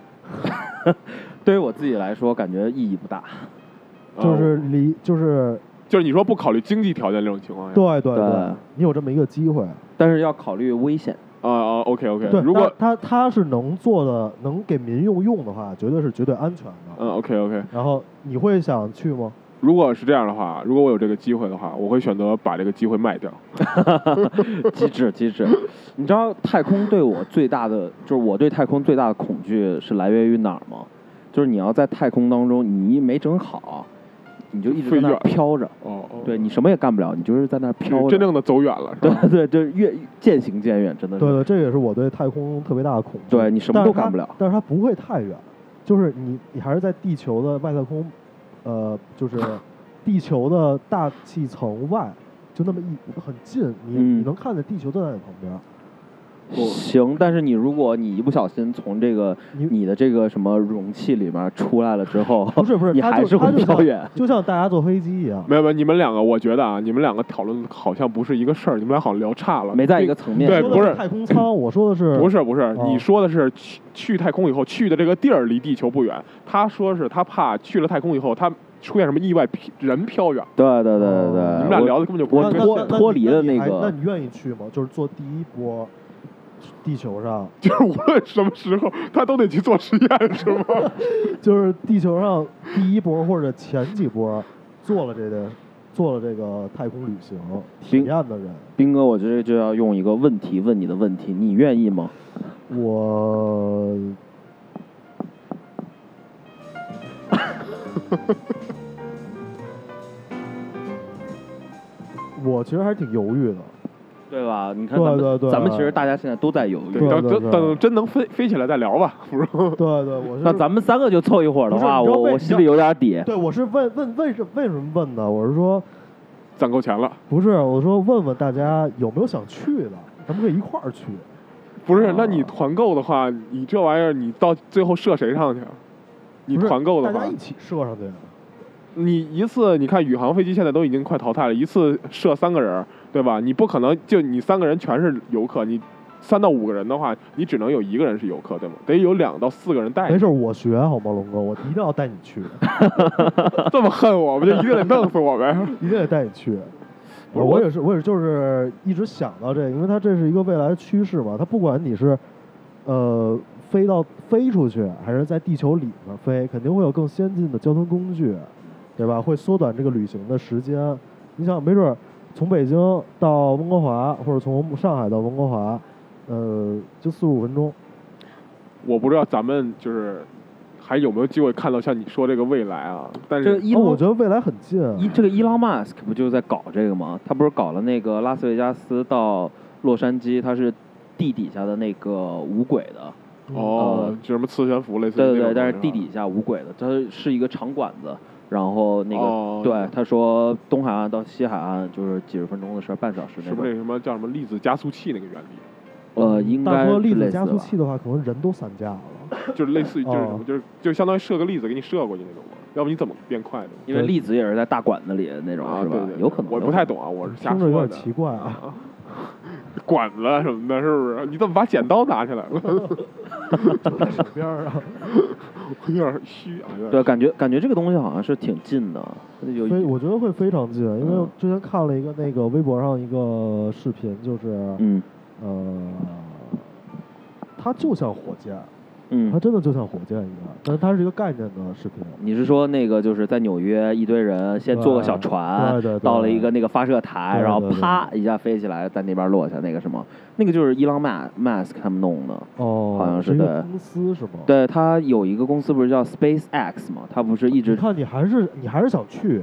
S1: 对于我自己来说感觉意义不大。
S3: 啊
S2: 就是离就是
S3: 就是你说不考虑经济条件这种情况下，
S2: 对对
S1: 对
S2: 对，你有这么一个机会，
S1: 但是要考虑危险， (laughs)
S3: 啊啊，OK OK，
S2: 对，
S3: 如果
S2: 它它它是能做的，能给民用用的话，绝对是绝对安全的。
S3: 嗯 OK OK，
S2: 然后你会想去吗？
S3: 如果是这样的话，如果我有这个机会的话，我会选择把这个机会卖掉。
S1: 机智机智。你知道太空对我最大的，就是我对太空最大的恐惧是来源于哪儿吗？就是你要在太空当中，你一没整好，你就一直在那儿
S3: 飞远
S1: 飘着，
S3: 哦哦，
S1: 对你什么也干不了，你就是在那儿飘
S3: 就
S1: 着。
S3: 真正的走远了，是吧？
S1: (laughs) 对对对，越渐行渐远，真的是。
S2: 对对，这也是我对太空特别大的恐惧。
S1: 对你什么都干不了
S2: 但是它但是它不会太远，就是你你还是在地球的外太空，呃，就是
S1: (laughs)
S2: 地球的大气层外，就那么一很近，你、
S1: 嗯哦
S2: 你能看见地球就在你旁边。
S1: 行，但是你如果你一不小心从这个
S2: 你
S1: 你的这个什么容器里面出来了之后，
S2: (laughs) 不是不
S1: (laughs)
S2: 是，
S1: 你
S2: 它
S1: 还
S2: 就是它
S1: 会
S2: 就
S1: 飘
S2: 像
S1: 远。
S2: 就像大家坐飞机一样。
S3: 没有没有，你们两个，我觉得啊，你们两个讨论好像不是一个事儿，你们俩好像聊差了，
S1: 没在一个层面
S3: 对
S2: 你说
S3: 不
S2: 的
S3: 是
S2: 太空舱，我说的是
S3: 不是不是，
S2: 哦
S3: 你说的是去去太空以后去的这个地儿离地球不远，他说是他怕去了太空以后他出现什么意外，飘人飘远。
S1: 对对对对对，
S2: 哦
S3: 你们俩
S1: 哎我
S3: 聊的根本就不
S1: 我
S3: 是
S2: 那
S3: 一
S2: 那
S1: 脱
S2: 那
S3: 个线
S2: 那
S1: 脱离了
S2: 你
S1: 那
S2: 还
S1: 个
S2: 那你愿意去吗？就是做第一波地球上，
S3: 就是无论什么时候他都得去做实验，是吗？
S2: 就是地球上第一波或者前几波做了这个做了这个太空旅行体
S1: 冰
S2: 验的人，
S1: 斌哥，我觉得就要用一个问题问你的问题，你愿意吗？
S2: 我我其实还挺犹豫的。
S1: 对吧？你看
S2: 对
S1: 咱们
S2: 对对
S1: 咱们其实大家现在都在犹
S3: 对
S1: 豫
S2: 对。
S3: 等
S2: 对
S3: 等
S2: 对
S3: 等真能飞飞起来再聊吧，不是？
S2: 对对，我是
S1: 那咱们三个就凑一会儿的话，
S2: 不是你知道
S1: 我
S2: 为
S1: 我心里有点底。
S2: 对我是问问为什为什么问的？我是说。
S3: 攒够钱了，
S2: 不是，我说问问大家有没有想去的，咱们可以一块儿去。
S3: 不是
S1: 啊？
S3: 那你团购的话，你这玩意儿你到最后射谁上去啊？你
S2: 不是
S3: 团购的
S2: 大家
S3: 话
S2: 一，起射上去。
S3: 你一次你看宇航飞机现在都已经快淘汰了，一次射三个人儿，对吧？你不可能就你三个人全是游客，你三到五个人的话，你只能有一个人是游客，对吗？得有两到四个人带
S2: 没
S3: 着。
S2: 事儿，我学好吗，龙哥？我一定要带你去，
S3: (laughs) 这么恨我，我就一个人弄死我呗。
S2: 一定得带你去。
S3: 不是
S2: 我
S3: 我
S2: 也是，我也是就是一直想到这个，因为它这是一个未来的趋势嘛。它不管你是，呃，飞到飞出去，还是在地球里面飞，肯定会有更先进的交通工具，对吧？会缩短这个旅行的时间。你想，没准儿从北京到温哥华，或者从上海到温哥华，呃，就四十五分钟。
S3: 我不知道咱们就是还有没有机会看到像你说这个未来啊？但
S1: 这
S3: 是
S1: 伊
S2: 哦我
S1: 朗
S2: 觉得未来很近啊，
S1: 伊这个伊朗马斯克不就在搞这个吗？他不是搞了那个拉斯维加斯到洛杉矶，他是地底下的那个无轨的，
S3: 哦
S1: 呃，
S3: 就什么磁悬浮类似于
S1: 对对
S3: 那种
S1: 对，但是
S3: 吧
S1: 地底下无轨的，它是一个长管子，然后那个、
S3: 哦
S1: 对他说东海岸到西海岸就是几十分钟的事儿，半小时
S3: 是
S1: 那
S3: 不是那
S1: 种，
S3: 什么叫什么粒子加速器那个原理？
S1: 呃，应
S2: 大
S1: 该
S2: 哥粒
S1: 是
S2: 子
S1: 类
S2: 加
S1: 似
S2: 速
S1: 吧
S2: 器的话，可能人都散架了。
S3: 就是类似于就是什
S2: 哦
S3: 么就是就相当于射个粒子给你射过去那种嘛？要不你怎么变快的？
S1: 因为粒子也是在大管子里那种、
S3: 啊，
S1: 是
S3: 对
S1: 吧？
S3: 对，对
S1: 有可能，
S3: 我
S1: 有
S3: 不
S1: 可
S3: 太
S1: 能。嗯
S3: 懂啊，我是瞎
S2: 听着有
S3: 说
S2: 点
S3: 的。
S2: 奇怪啊，
S3: 管子啊什么的，是不是？你怎么把剪刀拿起来了？ (laughs)
S2: 在手边儿啊。
S3: 有点虚啊，有点
S1: 对，感觉感觉这个东西好像是挺近的，有
S2: 非我觉得会非常近，因为
S1: 嗯
S2: 之前看了一个那个微博上一个视频，就是
S1: 嗯
S2: 呃，它就像火箭，它
S1: 嗯，
S2: 真的就像火箭一样，但是它是一个概念的视频。
S1: 你是说那个就是在纽约一堆人先坐个小
S2: 对
S1: 船，
S2: 对对对
S1: 到了一个那个发射台，
S2: 对
S1: 然后
S2: 对对
S1: 啪一下飞起来，在那边落下那个什么，那个就是伊朗马 mask 他们弄的。
S2: 哦，
S1: 好像是
S2: 是一
S1: 对
S2: 个公司是吗？，
S1: 对，它有一个公司不是叫 SpaceX 吗？它不是一
S2: 你
S1: 直，
S2: 看你还是你还是想去，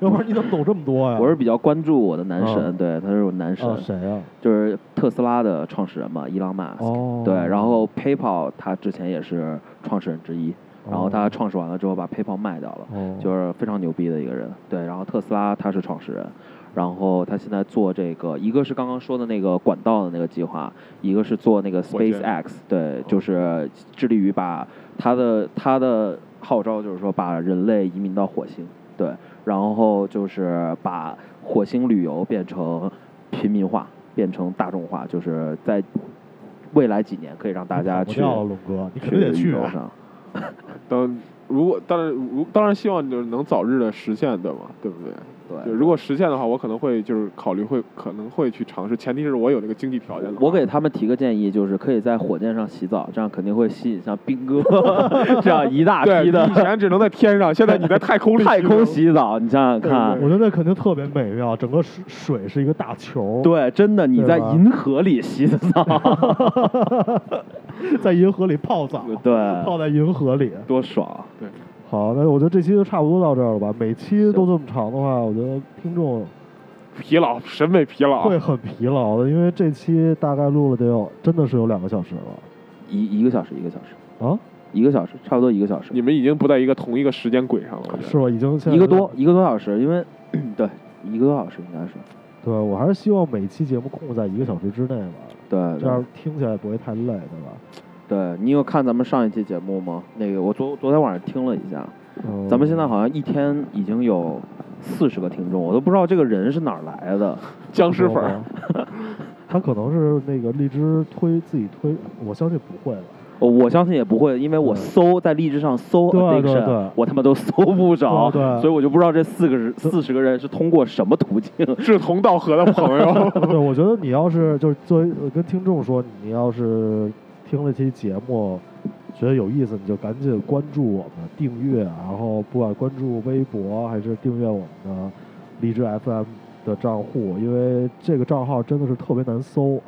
S2: 要不然你怎么懂这么多呀？
S1: 我是比较关注我的男神，
S2: 啊
S1: 对，他是我男神，
S2: 啊谁呀？
S1: 就是特斯拉的创始人嘛，伊朗马斯克。
S2: 哦，
S1: 对，然后 PayPal 他之前也是创始人之一，然后他创始完了之后把 PayPal 卖掉了，
S2: 哦
S1: 就是非常牛逼的一个人。对，然后特斯拉他是创始人，然后他现在做这个，一个是刚刚说的那个管道的那个计划，一个是做那个
S3: 火箭
S1: SpaceX，对，
S2: 哦
S1: 就是致力于把他的他的号召就是说把人类移民到火星，对，然后就是把火星旅游变成平民化，变成大众化，就是在未来几年可以让大家
S2: 跑不
S1: 去
S2: 掉了龙哥，你肯
S1: 去
S2: 定得
S1: 宇
S2: 去
S1: 宙
S2: 啊。
S1: 上。
S3: 等如果当然如当然希望就是能早日的实现，对吗？对不对？就
S1: 对，
S3: 如果实现的话，我可能会就是考虑会可能会去尝试，前提是我有这个经济条件的话。
S1: 我给他们提个建议，就是可以在火箭上洗澡，这样肯定会吸引像斌 (laughs) 哥这样一大
S3: 对
S1: 批
S3: 你以
S1: 的
S3: 前只能在天上，现在你在太空
S1: (laughs)
S3: 里
S1: 太空
S3: 洗
S1: 洗澡。你想想看，
S2: 我觉得那肯定特别美妙，整个水水是一个大球，
S1: 对，真的你
S2: 对
S1: 在
S2: 吧
S1: 银河里洗的澡，
S2: 在银河里泡澡，泡
S1: 对，
S2: 在银河里。
S1: 多爽！
S3: 对，
S2: 好，那我觉得这期就差不多到这儿了吧。每期都这么长的话，我觉得听众
S3: 疲劳，审美疲劳啊
S2: 会。很疲劳的，因为这期大概录了得有，真的是有两个小时了
S1: 一一个小时，一个小时，
S2: 啊，
S1: 一个小时，差不多一个小时，
S3: 你们已经不在一个同一个时间轨上了，我觉得
S2: 是吧？已经现在
S1: 一个多，一个多小时，因为对一个多小时应该是
S2: 对，我还是希望每期节目控制在一个小时之内吧，
S1: 对
S2: 这样听起来不会太累，对吧？
S1: 对，你有看咱们上一期节目吗？那个我昨昨天晚上听了一下，
S2: 嗯，
S1: 咱们现在好像一天已经有四十个听众，我都不知道这个人是哪儿来
S2: (laughs)
S1: 的。
S3: 僵尸粉儿，
S2: 嗯他可能是那个荔枝推自己推，我相信不会的。
S1: 我我相信也不会，因为我
S2: 对
S1: 搜在荔枝上搜
S2: 对
S1: addiction，
S2: 对对
S1: 我他妈都搜不着，
S2: 对对
S1: 所以我就不知道这四个人四十个人是通过什么途径。
S3: 志同道合的朋友。
S2: (laughs) 对，我觉得你要是就是作为呃我跟听众说，你要是听了这期节目，觉得有意思，你就赶紧关注我们，订阅，然后不管关注微博还是订阅我们的荔枝 FM 的账户，因为这个账号真的是特别难搜，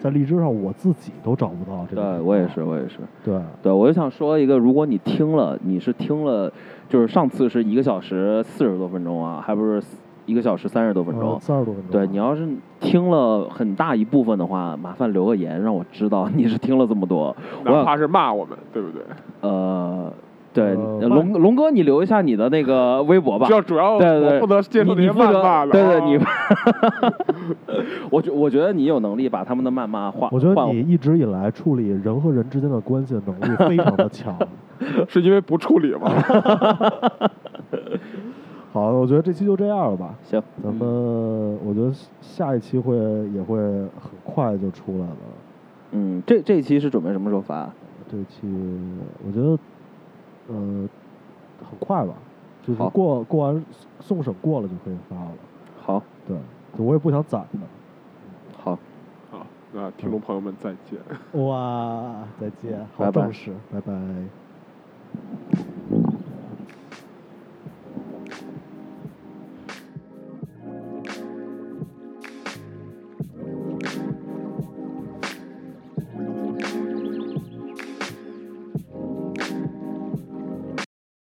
S2: 在荔枝上我自己都找不到这个。
S1: 对我也是，。我也是。
S2: 对，
S1: 对，我就想说一个，如果你听了，你是听了，就是上次是一个小时四十多分钟啊，还不是一个小时三十多分钟。
S2: 呃三十多分钟。啊
S1: 对，你要是听了很大一部分的话，麻烦留个言，让我知道你是听了这么多。 (laughs) 我
S3: 哪
S1: 想
S3: 怕是骂我们，对不对？
S1: 呃，对，
S2: 呃
S1: 龙龙哥，你留一下你的那个微博吧
S3: 就。主要
S1: 对对
S3: 我负责接
S1: 你
S3: 受那
S1: 你
S3: 些
S1: 负
S3: 谩
S1: 责
S3: 骂的。
S1: 对对，
S3: 啊
S1: 你， (laughs) 我觉我觉得你有能力把他们的谩骂换，
S2: 我觉得
S1: 换
S2: 你一直以来处理人和人之间的关系的能力非常
S1: (laughs)
S2: 的强。
S3: 是因为不处理吗？
S2: 好，我觉得这期就这样了吧。
S1: 行，
S2: 咱们我觉得下一期会也会很快就出来了。
S1: 嗯，这这一期是准备什么时候发？
S2: 这期我觉得，呃，很快吧，就是
S1: 好
S2: 过过完送审过了就可以发了。
S1: 好，
S2: 对，我也不想攒的。
S1: 好，
S3: 好，那听众朋友们再见。
S2: 哇，再见，
S1: 拜
S2: 好
S1: 拜
S2: 正式，拜拜